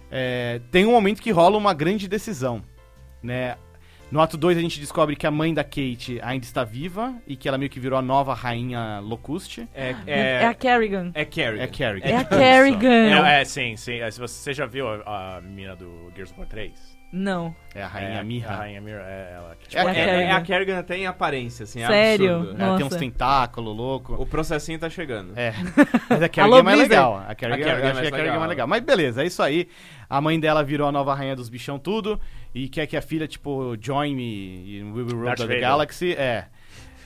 [SPEAKER 1] é, tem um momento que rola uma grande decisão, né? No ato 2 a gente descobre que a mãe da Kate ainda está viva e que ela meio que virou a nova rainha Locust.
[SPEAKER 3] É,
[SPEAKER 2] É, a
[SPEAKER 3] é,
[SPEAKER 2] Kerrigan.
[SPEAKER 3] é Carrie.
[SPEAKER 1] É Kerrigan.
[SPEAKER 2] É, a
[SPEAKER 4] tipo
[SPEAKER 2] Kerrigan.
[SPEAKER 4] Não, é, sim, sim. É, se Você você já viu a, a mina do Gears of War 3?
[SPEAKER 2] Não.
[SPEAKER 1] É a rainha
[SPEAKER 4] é,
[SPEAKER 1] Mirra.
[SPEAKER 4] A Rainha Mirra, é ela. que,
[SPEAKER 1] É a
[SPEAKER 4] tipo,
[SPEAKER 3] É,
[SPEAKER 1] Kerrigan.
[SPEAKER 3] é a Kerrigan até em aparência, assim, é
[SPEAKER 2] Sério?
[SPEAKER 3] absurdo.
[SPEAKER 1] Ela tem uns
[SPEAKER 2] Nossa.
[SPEAKER 1] tentáculos louco.
[SPEAKER 3] O processinho tá chegando.
[SPEAKER 1] É. Mas a Kerrigan é mais
[SPEAKER 2] Blizzard.
[SPEAKER 1] legal. A Kerrigan,
[SPEAKER 3] A Kerrigan
[SPEAKER 1] eu acho que a Kerrigan é mais legal. Mas beleza, é isso aí. A mãe dela virou a nova rainha dos bichão tudo e quer que a filha, tipo, join me in We Will Roll
[SPEAKER 4] Darth
[SPEAKER 1] the
[SPEAKER 4] Vader.
[SPEAKER 1] Galaxy. É.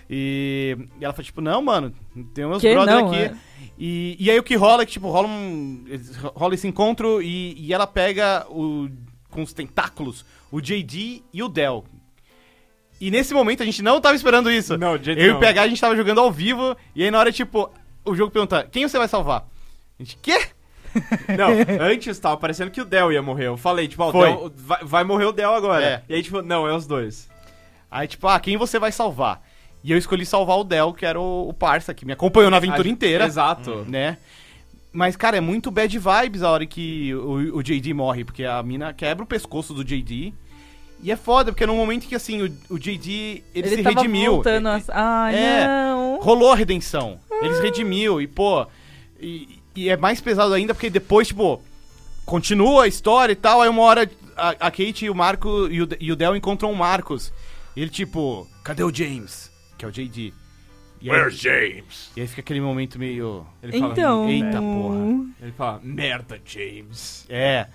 [SPEAKER 1] E e ela fala, tipo, não, mano, tem meus
[SPEAKER 2] Que
[SPEAKER 1] brothers
[SPEAKER 2] não,
[SPEAKER 1] aqui.
[SPEAKER 2] é.
[SPEAKER 1] E, e aí o que rola é que, tipo, rola, um, rola esse encontro e, e ela pega o, com os tentáculos o JD e o Del. E nesse momento a gente não tava esperando isso.
[SPEAKER 3] Não, de jeito
[SPEAKER 1] Eu e o
[SPEAKER 3] nenhum.
[SPEAKER 1] PH a gente tava jogando ao vivo, e aí na hora, tipo, o jogo pergunta: quem você vai salvar? A gente, quê?
[SPEAKER 3] Não, antes tava parecendo que o Del ia morrer. Eu falei, tipo, ó, o
[SPEAKER 1] Foi.
[SPEAKER 3] Del- vai, vai morrer o Del agora.
[SPEAKER 1] É.
[SPEAKER 3] E aí, tipo, não, é os dois.
[SPEAKER 1] Aí, tipo, ah, quem você vai salvar? E eu escolhi salvar o Del, que era o, o parça, que me acompanhou na aventura
[SPEAKER 3] A-
[SPEAKER 1] inteira.
[SPEAKER 3] Exato.
[SPEAKER 1] Né? Mas, cara, é muito bad vibes a hora que o, o JD morre, porque a mina quebra o pescoço do JD. E é foda, porque num momento que, assim, o, o JD, ele, se
[SPEAKER 2] tava
[SPEAKER 1] redimiu.
[SPEAKER 2] voltando a... Ah,
[SPEAKER 1] É.
[SPEAKER 2] não.
[SPEAKER 1] rolou a redenção. Eles redimiu e, pô. E, e é mais pesado ainda porque depois, tipo, continua a história e tal. Aí uma hora a, a Kate e o Marco e o, e o Del encontram o Marcos. E ele, tipo, cadê o James? Que é o JD. E aí,
[SPEAKER 4] Where's James?
[SPEAKER 1] e aí fica aquele momento meio.
[SPEAKER 3] Ele fala,
[SPEAKER 2] Então...
[SPEAKER 1] Eita porra.
[SPEAKER 3] Ele fala, merda, James.
[SPEAKER 1] É.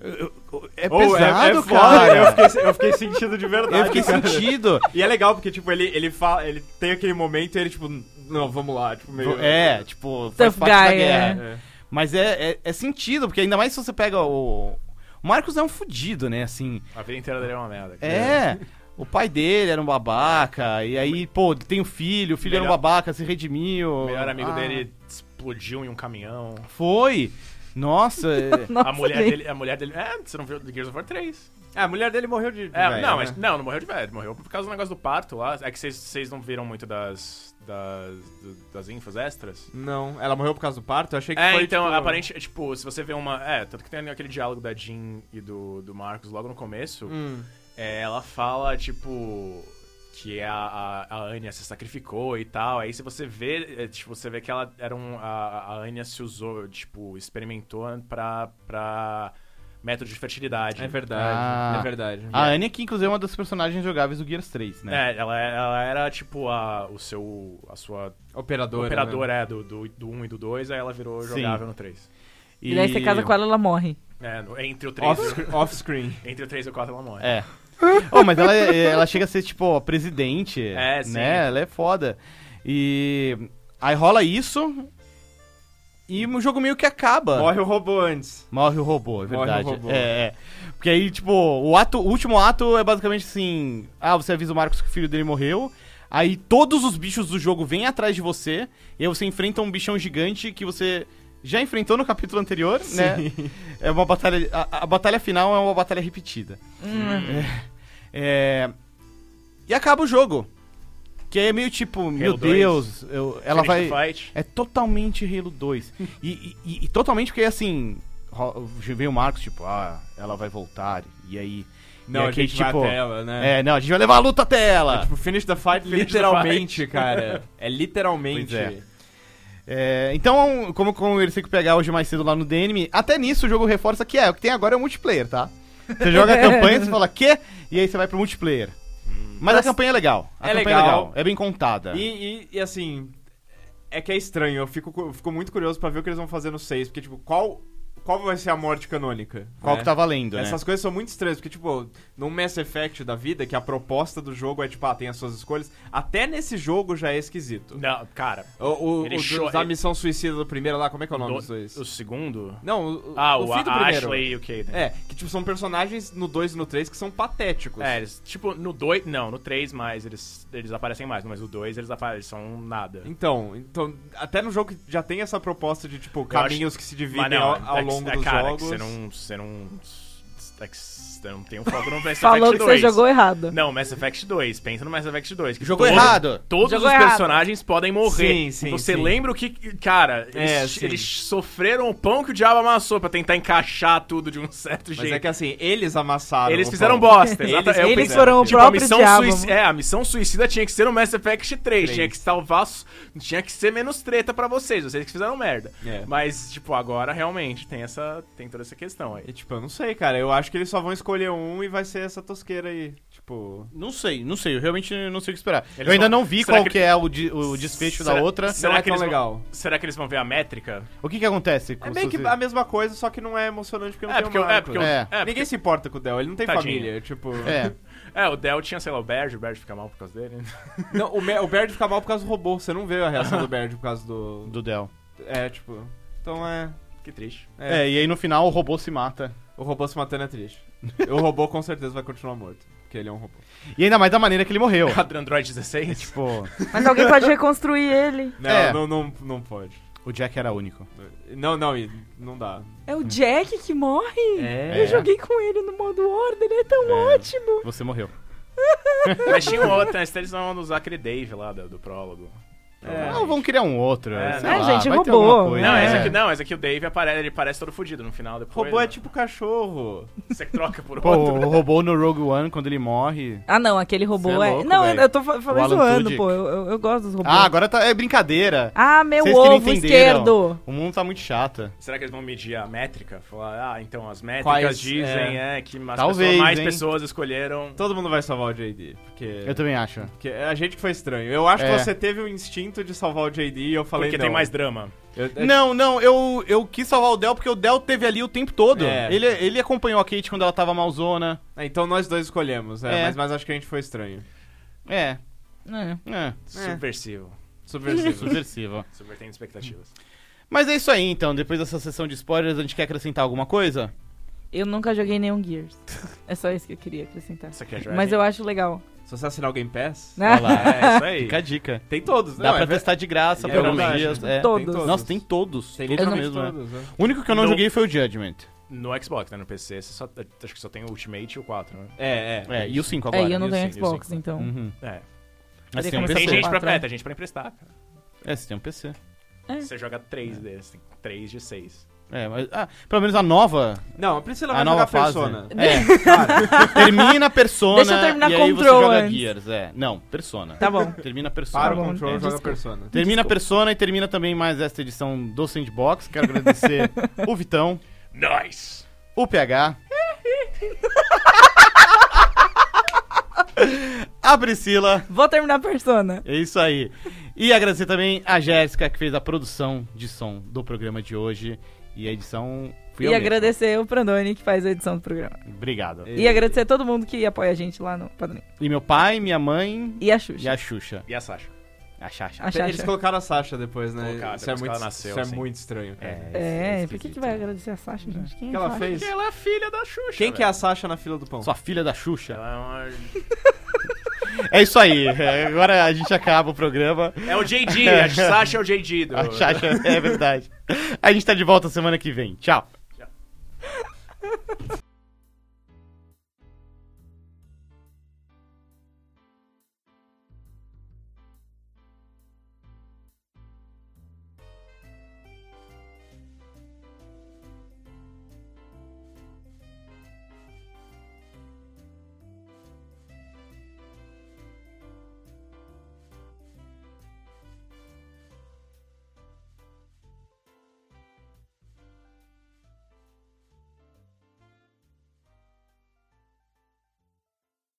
[SPEAKER 1] Eu- eu- É
[SPEAKER 3] Ou,
[SPEAKER 1] pesado,
[SPEAKER 3] é, é foda, Eu
[SPEAKER 1] cara.
[SPEAKER 3] fiquei, eu fiquei sentido de verdade.
[SPEAKER 1] Ah, Eu fiquei
[SPEAKER 3] cara.
[SPEAKER 1] sentido.
[SPEAKER 3] E é legal, porque, tipo, ele, ele, fala, ele tem aquele momento e ele, tipo, não, vamos lá. Tipo, meio...
[SPEAKER 1] É, tipo, faz
[SPEAKER 2] Tough
[SPEAKER 1] parte da
[SPEAKER 2] guy,
[SPEAKER 1] guerra.
[SPEAKER 2] é.
[SPEAKER 3] É.
[SPEAKER 1] Mas é, é, é sentido, porque ainda mais se você pega o. O Marcos é um fudido, né? Assim.
[SPEAKER 4] A vida inteira dele é uma merda.
[SPEAKER 1] É. O pai dele era um babaca, e aí, pô, tem um filho, o filho era um
[SPEAKER 4] Melhor-
[SPEAKER 1] babaca, se redimiu.
[SPEAKER 4] O melhor amigo
[SPEAKER 1] Ah,
[SPEAKER 4] dele explodiu em um caminhão.
[SPEAKER 1] Foi! Nossa, é-
[SPEAKER 2] Nossa,
[SPEAKER 4] a mulher
[SPEAKER 2] gente.
[SPEAKER 4] dele. A mulher dele. É, você não viu The Gears of War 3.
[SPEAKER 3] É, a mulher dele morreu de... de
[SPEAKER 4] É,
[SPEAKER 3] velha,
[SPEAKER 4] não,
[SPEAKER 3] né?
[SPEAKER 4] mas não, não morreu de velho. Morreu por causa do negócio do parto lá. É que vocês- vocês não viram muito das. das. do- das infos extras.
[SPEAKER 3] Não, ela morreu por causa do parto? Eu achei que
[SPEAKER 4] É,
[SPEAKER 3] foi,
[SPEAKER 4] então,
[SPEAKER 3] tipo...
[SPEAKER 4] aparente, tipo, se você vê uma. É, tanto que tem aquele diálogo da Jean e do, do Marcos logo no começo.
[SPEAKER 3] Hum.
[SPEAKER 4] É, ela fala, tipo, que a, a, a Anya se sacrificou e tal. Aí se você vê, é, tipo, você vê que ela era um. A, a Anya se usou, tipo, experimentou pra. pra método de fertilidade.
[SPEAKER 3] É verdade,
[SPEAKER 1] Ah.
[SPEAKER 3] é verdade.
[SPEAKER 1] a Anya, que inclusive é uma das personagens jogáveis do Gears 3, né?
[SPEAKER 4] É, ela, ela era, tipo, a, o seu, a sua
[SPEAKER 3] Operadora.
[SPEAKER 4] operadora é, do, do, do 1 e do 2, aí ela virou
[SPEAKER 1] Sim.
[SPEAKER 4] jogável no 3.
[SPEAKER 2] E... daí você casa com ela, ela morre.
[SPEAKER 4] É, no- entre o
[SPEAKER 3] né?
[SPEAKER 4] 3
[SPEAKER 3] Off- Off-screen.
[SPEAKER 4] entre o 3 e o 4 ela morre.
[SPEAKER 1] É. oh, mas ela, ela chega a ser, tipo, a presidente.
[SPEAKER 4] É, sim.
[SPEAKER 1] Né? Ela é foda. E. Aí rola isso. E o jogo meio que acaba.
[SPEAKER 3] Morre o robô antes.
[SPEAKER 1] Morre o robô, é
[SPEAKER 3] Morre o
[SPEAKER 1] verdade.
[SPEAKER 3] robô.
[SPEAKER 1] É, é. Porque aí, tipo, o, ato, o último ato é basicamente assim: ah, você avisa o Marcos que o filho dele morreu. Aí todos os bichos do jogo vêm atrás de você. E aí você enfrenta um bichão gigante que você já enfrentou no capítulo anterior, né? É uma batalha. A, a batalha final é uma batalha repetida. É, e acaba o jogo. Que aí é meio tipo, meu
[SPEAKER 4] dois.
[SPEAKER 1] Deus, eu- ela vai.
[SPEAKER 4] Finish the Fight.
[SPEAKER 1] É totalmente Halo 2. E, e- e- e totalmente porque, assim, ro- vem o Marcos, tipo, ah, ela vai voltar, e aí...
[SPEAKER 3] Não,
[SPEAKER 1] e
[SPEAKER 3] a
[SPEAKER 1] a
[SPEAKER 3] gente
[SPEAKER 1] Kate,
[SPEAKER 3] vai
[SPEAKER 1] tipo,
[SPEAKER 3] até ela, né?
[SPEAKER 1] É, não, a gente vai levar a luta até ela!
[SPEAKER 3] Tipo, finish the fight
[SPEAKER 4] Finish the
[SPEAKER 3] literalmente, cara. É literalmente.
[SPEAKER 1] Pois É, então, como, como eles têm que pegar hoje mais cedo lá no DNM, até nisso o jogo reforça que é, o que tem agora é o multiplayer, tá? Você joga a campanha, você fala quê? E aí você vai pro multiplayer. Mas a campanha é legal. A
[SPEAKER 3] É
[SPEAKER 1] campanha
[SPEAKER 3] legal.
[SPEAKER 1] é legal. É bem contada.
[SPEAKER 3] E, e- e, assim, é que é estranho. Eu fico, cu- fico muito curioso pra ver o que eles vão fazer no 6. Porque, tipo, qual, qual vai ser a morte canônica?
[SPEAKER 1] Qual
[SPEAKER 3] né?
[SPEAKER 1] que tá valendo, né?
[SPEAKER 3] Essas coisas são muito estranhas, porque, tipo, num Mass Effect da vida, que a proposta do jogo é, tipo, ah, tem as suas escolhas, até nesse jogo já é esquisito.
[SPEAKER 4] Não, cara.
[SPEAKER 3] O, o,
[SPEAKER 4] Ele
[SPEAKER 3] o do-
[SPEAKER 4] cho-
[SPEAKER 3] da
[SPEAKER 4] ele-
[SPEAKER 3] missão suicida do primeiro lá, como é que é o nome
[SPEAKER 4] do-
[SPEAKER 3] dos dois?
[SPEAKER 4] o segundo?
[SPEAKER 3] Não, o,
[SPEAKER 4] Ah,
[SPEAKER 3] o
[SPEAKER 4] o,
[SPEAKER 3] fim do
[SPEAKER 4] a
[SPEAKER 3] primeiro.
[SPEAKER 4] Ashley e o Caden.
[SPEAKER 3] É, que, tipo, são personagens no 2 e no 3 que são patéticos.
[SPEAKER 4] É, eles, tipo, no 2, não, no 3 mais, eles, eles aparecem mais, mas no 2 eles aparecem nada.
[SPEAKER 3] Então, então, até no jogo que já tem essa proposta de, tipo,
[SPEAKER 4] acho-
[SPEAKER 3] caminhos que se
[SPEAKER 4] Mas
[SPEAKER 3] dividem
[SPEAKER 4] não,
[SPEAKER 3] ao,
[SPEAKER 4] é
[SPEAKER 3] ao
[SPEAKER 4] que-
[SPEAKER 3] longo
[SPEAKER 4] é,
[SPEAKER 3] dos
[SPEAKER 4] cara,
[SPEAKER 3] jogos.
[SPEAKER 4] É que você não, você não, é que você não tem um foco no Mass Effect 2.
[SPEAKER 2] Falou que você jogou errado.
[SPEAKER 4] Não, Mass Effect 2, pensa no Mass Effect 2. que
[SPEAKER 1] Jogou
[SPEAKER 4] todo-
[SPEAKER 1] errado!
[SPEAKER 4] Todos
[SPEAKER 2] Jogou
[SPEAKER 4] os
[SPEAKER 2] errado.
[SPEAKER 4] personagens podem morrer.
[SPEAKER 3] Sim, sim,
[SPEAKER 4] Você
[SPEAKER 3] sim.
[SPEAKER 4] lembra o que. Cara,
[SPEAKER 3] É,
[SPEAKER 4] eles,
[SPEAKER 3] sim.
[SPEAKER 4] eles sofreram o pão que o diabo amassou pra tentar encaixar tudo de um certo
[SPEAKER 3] Mas
[SPEAKER 4] jeito.
[SPEAKER 3] é que, assim, eles amassaram
[SPEAKER 4] Eles
[SPEAKER 3] o
[SPEAKER 4] fizeram
[SPEAKER 3] pão.
[SPEAKER 4] bosta,
[SPEAKER 3] Eles-
[SPEAKER 4] exata- eu
[SPEAKER 2] eles
[SPEAKER 4] pensei-
[SPEAKER 2] foram o
[SPEAKER 4] a
[SPEAKER 2] próprio
[SPEAKER 4] missão
[SPEAKER 2] diabo.
[SPEAKER 4] suicida, É, a missão suicida tinha que ser no Mass Effect 3,
[SPEAKER 3] Três.
[SPEAKER 4] tinha que salvar, su- tinha que ser menos treta pra vocês, vocês que fizeram merda.
[SPEAKER 3] É.
[SPEAKER 4] Mas, tipo, agora realmente tem essa, tem toda essa questão aí.
[SPEAKER 3] E, tipo, eu não sei, cara. Eu acho que eles só vão escolher um e vai ser essa tosqueira aí. Tipo.
[SPEAKER 1] Não sei, não sei, eu realmente não sei o que esperar.
[SPEAKER 4] Eles
[SPEAKER 1] eu ainda
[SPEAKER 4] vão-
[SPEAKER 1] não vi
[SPEAKER 4] será
[SPEAKER 1] qual
[SPEAKER 4] que-
[SPEAKER 1] que, é o, de- o desfecho da
[SPEAKER 4] será-
[SPEAKER 1] outra.
[SPEAKER 4] Será
[SPEAKER 3] não é
[SPEAKER 4] que
[SPEAKER 3] tão
[SPEAKER 4] eles vão-
[SPEAKER 3] legal.
[SPEAKER 4] Será que eles vão ver a métrica?
[SPEAKER 1] O que que acontece? com
[SPEAKER 3] É meio
[SPEAKER 1] se
[SPEAKER 3] que
[SPEAKER 1] você-
[SPEAKER 3] a mesma coisa, só que não é emocionante porque não
[SPEAKER 4] É
[SPEAKER 3] tem
[SPEAKER 4] porque,
[SPEAKER 3] o
[SPEAKER 4] eu- é,
[SPEAKER 3] Marco.
[SPEAKER 4] porque eu-
[SPEAKER 1] É.
[SPEAKER 4] é, porque-
[SPEAKER 3] Ninguém se importa com o Del, ele não tem
[SPEAKER 4] Tadinho.
[SPEAKER 3] família, tipo...
[SPEAKER 1] É.
[SPEAKER 4] é, o Del tinha, sei lá, o Berge, o Berge fica mal por causa dele. né?
[SPEAKER 3] Não, o, Me- o Baird fica mal por causa do robô, você não vê a reação do Baird por causa do...
[SPEAKER 1] Do Dell.
[SPEAKER 3] É, tipo... Então é...
[SPEAKER 4] que triste.
[SPEAKER 3] É.
[SPEAKER 1] É. e aí no final o robô se mata.
[SPEAKER 3] O robô se matando é triste. o robô com certeza vai continuar morto, porque ele é um robô.
[SPEAKER 1] E ainda mais da maneira que ele morreu.
[SPEAKER 4] Quadro Android 16?
[SPEAKER 1] tipo,
[SPEAKER 2] Mas alguém pode reconstruir ele.
[SPEAKER 3] Não,
[SPEAKER 1] É.
[SPEAKER 3] não, não, não pode.
[SPEAKER 1] o Jack era único.
[SPEAKER 3] Não, não, e não dá.
[SPEAKER 2] É o Jack que morre?
[SPEAKER 3] É.
[SPEAKER 2] Eu joguei com ele no modo Order, ele é tão
[SPEAKER 1] É.
[SPEAKER 2] ótimo.
[SPEAKER 1] Você morreu.
[SPEAKER 4] Mas tinha um outro, né? Eles vão usar aquele Dave lá do, do prólogo.
[SPEAKER 3] É.
[SPEAKER 1] Não, vão criar um outro.
[SPEAKER 4] É,
[SPEAKER 1] sei
[SPEAKER 4] né,
[SPEAKER 1] lá,
[SPEAKER 2] gente,
[SPEAKER 1] vai ter
[SPEAKER 2] robô.
[SPEAKER 1] alguma coisa.
[SPEAKER 4] Não,
[SPEAKER 1] É.
[SPEAKER 4] esse aqui não, esse aqui o Dave aparece, ele parece todo fudido no final depois.
[SPEAKER 3] Robô
[SPEAKER 4] né?
[SPEAKER 3] é tipo cachorro.
[SPEAKER 4] Você troca
[SPEAKER 3] um
[SPEAKER 4] por
[SPEAKER 1] Pô,
[SPEAKER 4] outro. né?
[SPEAKER 1] o robô no Rogue One, quando ele morre.
[SPEAKER 2] Ah, não, aquele robô
[SPEAKER 1] Você é
[SPEAKER 2] é.
[SPEAKER 1] louco,
[SPEAKER 2] não,
[SPEAKER 1] velho.
[SPEAKER 2] eu, eu tô fa-
[SPEAKER 1] O
[SPEAKER 2] falando
[SPEAKER 1] Alan
[SPEAKER 2] zoando,
[SPEAKER 1] Tudyk.
[SPEAKER 2] pô. Eu, eu- eu gosto dos robôs.
[SPEAKER 1] Ah, agora tá, é brincadeira.
[SPEAKER 2] Ah, meu
[SPEAKER 1] Vocês que não
[SPEAKER 2] ovo
[SPEAKER 1] entenderam.
[SPEAKER 2] esquerdo.
[SPEAKER 1] O mundo tá muito chato.
[SPEAKER 3] É.
[SPEAKER 4] Será que eles vão medir a métrica? Falar, ah, então as métricas
[SPEAKER 3] Quais,
[SPEAKER 4] dizem é, que as
[SPEAKER 1] Talvez,
[SPEAKER 4] pessoas- mais
[SPEAKER 1] hein?
[SPEAKER 4] pessoas escolheram.
[SPEAKER 3] Todo mundo vai salvar o JD, porque...
[SPEAKER 1] Eu também acho.
[SPEAKER 3] porque é a gente que foi estranho. Eu acho
[SPEAKER 1] É.
[SPEAKER 3] que você teve o instinto de salvar o JD e eu falei
[SPEAKER 4] Porque
[SPEAKER 3] não.
[SPEAKER 4] tem mais drama.
[SPEAKER 3] Eu- é-
[SPEAKER 1] Não, não, eu, eu quis salvar o Del porque o Del teve ali o tempo todo.
[SPEAKER 3] É.
[SPEAKER 1] Ele, ele acompanhou a Kate quando ela tava malzona.
[SPEAKER 3] É, então nós dois escolhemos, é,
[SPEAKER 1] É.
[SPEAKER 3] Mas, mas acho que a gente foi estranho.
[SPEAKER 1] É,
[SPEAKER 2] É.
[SPEAKER 1] é.
[SPEAKER 4] Subversivo.
[SPEAKER 3] Subversivo.
[SPEAKER 1] Subversivo.
[SPEAKER 4] Subvertendo expectativas.
[SPEAKER 1] Mas é isso aí, então. Depois dessa sessão de spoilers, a gente quer acrescentar alguma coisa?
[SPEAKER 2] Eu nunca joguei nenhum Gears. É só isso que eu queria acrescentar.
[SPEAKER 4] Isso aqui é
[SPEAKER 2] Mas eu acho legal.
[SPEAKER 3] Se você assinar o Game Pass,
[SPEAKER 2] Né?
[SPEAKER 1] Olha lá.
[SPEAKER 4] É, isso aí.
[SPEAKER 1] Fica a dica.
[SPEAKER 3] tem todos,
[SPEAKER 1] Dá
[SPEAKER 3] não,
[SPEAKER 1] pra
[SPEAKER 3] é ver-
[SPEAKER 1] testar de graça
[SPEAKER 3] É
[SPEAKER 1] por alguns
[SPEAKER 4] verdade.
[SPEAKER 1] dias. é.
[SPEAKER 2] Todos.
[SPEAKER 1] Nossa, tem todos.
[SPEAKER 3] Tem
[SPEAKER 1] todos
[SPEAKER 3] literalmente
[SPEAKER 1] mesmo, né?
[SPEAKER 3] todos. é.
[SPEAKER 1] O único que eu não
[SPEAKER 4] Não.
[SPEAKER 1] joguei foi o Judgment.
[SPEAKER 4] No Xbox, né? No PC, você só, acho que só tem o Ultimate e o 4, né?
[SPEAKER 3] É, é.
[SPEAKER 1] É, e o 5 agora.
[SPEAKER 2] É, e eu não
[SPEAKER 4] eu
[SPEAKER 2] tenho
[SPEAKER 4] sei, eu
[SPEAKER 2] Xbox,
[SPEAKER 4] sei.
[SPEAKER 2] então.
[SPEAKER 1] Uhum.
[SPEAKER 4] É.
[SPEAKER 1] Mas
[SPEAKER 2] Ele
[SPEAKER 1] tem um
[SPEAKER 2] começou
[SPEAKER 1] PC.
[SPEAKER 4] Tem gente, pra,
[SPEAKER 2] Quatro, né?
[SPEAKER 4] é, tem gente pra emprestar, cara.
[SPEAKER 1] É, você tem um PC.
[SPEAKER 4] Você joga
[SPEAKER 3] É.
[SPEAKER 4] 3 desses, tem 3 de 6.
[SPEAKER 1] É, mas ah, pelo menos a nova.
[SPEAKER 3] Não, a Priscila
[SPEAKER 1] a
[SPEAKER 3] vai
[SPEAKER 1] nova
[SPEAKER 3] jogar
[SPEAKER 1] fase.
[SPEAKER 3] Persona.
[SPEAKER 1] É. Termina Persona.
[SPEAKER 2] Deixa eu terminar
[SPEAKER 1] e aí você
[SPEAKER 2] Control
[SPEAKER 1] joga
[SPEAKER 2] antes.
[SPEAKER 1] Gears, é. Não, Persona.
[SPEAKER 2] Tá bom.
[SPEAKER 1] Termina
[SPEAKER 3] Para
[SPEAKER 1] Persona.
[SPEAKER 2] Tá
[SPEAKER 3] o
[SPEAKER 2] bom,
[SPEAKER 3] control,
[SPEAKER 2] é,
[SPEAKER 3] joga
[SPEAKER 2] desculpa.
[SPEAKER 3] Persona.
[SPEAKER 1] Termina Persona e termina também mais esta edição do Sandbox. Quero agradecer o Vitão,
[SPEAKER 4] Nice!
[SPEAKER 1] o PH. a Priscila.
[SPEAKER 2] Vou terminar a persona.
[SPEAKER 1] É isso aí. E agradecer também a Jéssica, que fez a produção de som do programa de hoje. E a edição fui eu
[SPEAKER 2] e
[SPEAKER 1] mesmo.
[SPEAKER 2] agradecer o Prandoni, que faz a edição do programa.
[SPEAKER 1] Obrigado.
[SPEAKER 2] E, agradecer a todo mundo que apoia a gente lá no Padrim.
[SPEAKER 1] E meu pai, minha mãe
[SPEAKER 2] E a Xuxa.
[SPEAKER 1] e a Xuxa.
[SPEAKER 4] E a Sasha?
[SPEAKER 1] A Xaxa.
[SPEAKER 2] A Xaxa.
[SPEAKER 3] Eles colocaram a Sasha depois, né?
[SPEAKER 4] Colocaram,
[SPEAKER 3] isso é
[SPEAKER 4] depois que
[SPEAKER 3] muito,
[SPEAKER 4] ela nasceu,
[SPEAKER 3] isso é
[SPEAKER 4] assim.
[SPEAKER 3] muito estranho, cara.
[SPEAKER 4] É.
[SPEAKER 2] É,
[SPEAKER 1] isso
[SPEAKER 2] por que, que
[SPEAKER 1] esquisito,
[SPEAKER 2] vai
[SPEAKER 1] né?
[SPEAKER 2] agradecer a Sasha, gente? Quem
[SPEAKER 3] O que ela
[SPEAKER 2] fala?
[SPEAKER 3] fez?
[SPEAKER 4] Porque ela é filha da Xuxa.
[SPEAKER 3] Quem que é a Sasha na fila do pão?
[SPEAKER 1] Sua filha da Xuxa.
[SPEAKER 4] Ela é uma
[SPEAKER 1] É isso aí. É, Agora a gente acaba o programa.
[SPEAKER 4] É o JD, a Sasha é o JD. Do...
[SPEAKER 1] A Xaxa, é verdade. A gente tá de volta semana que vem. Tchau.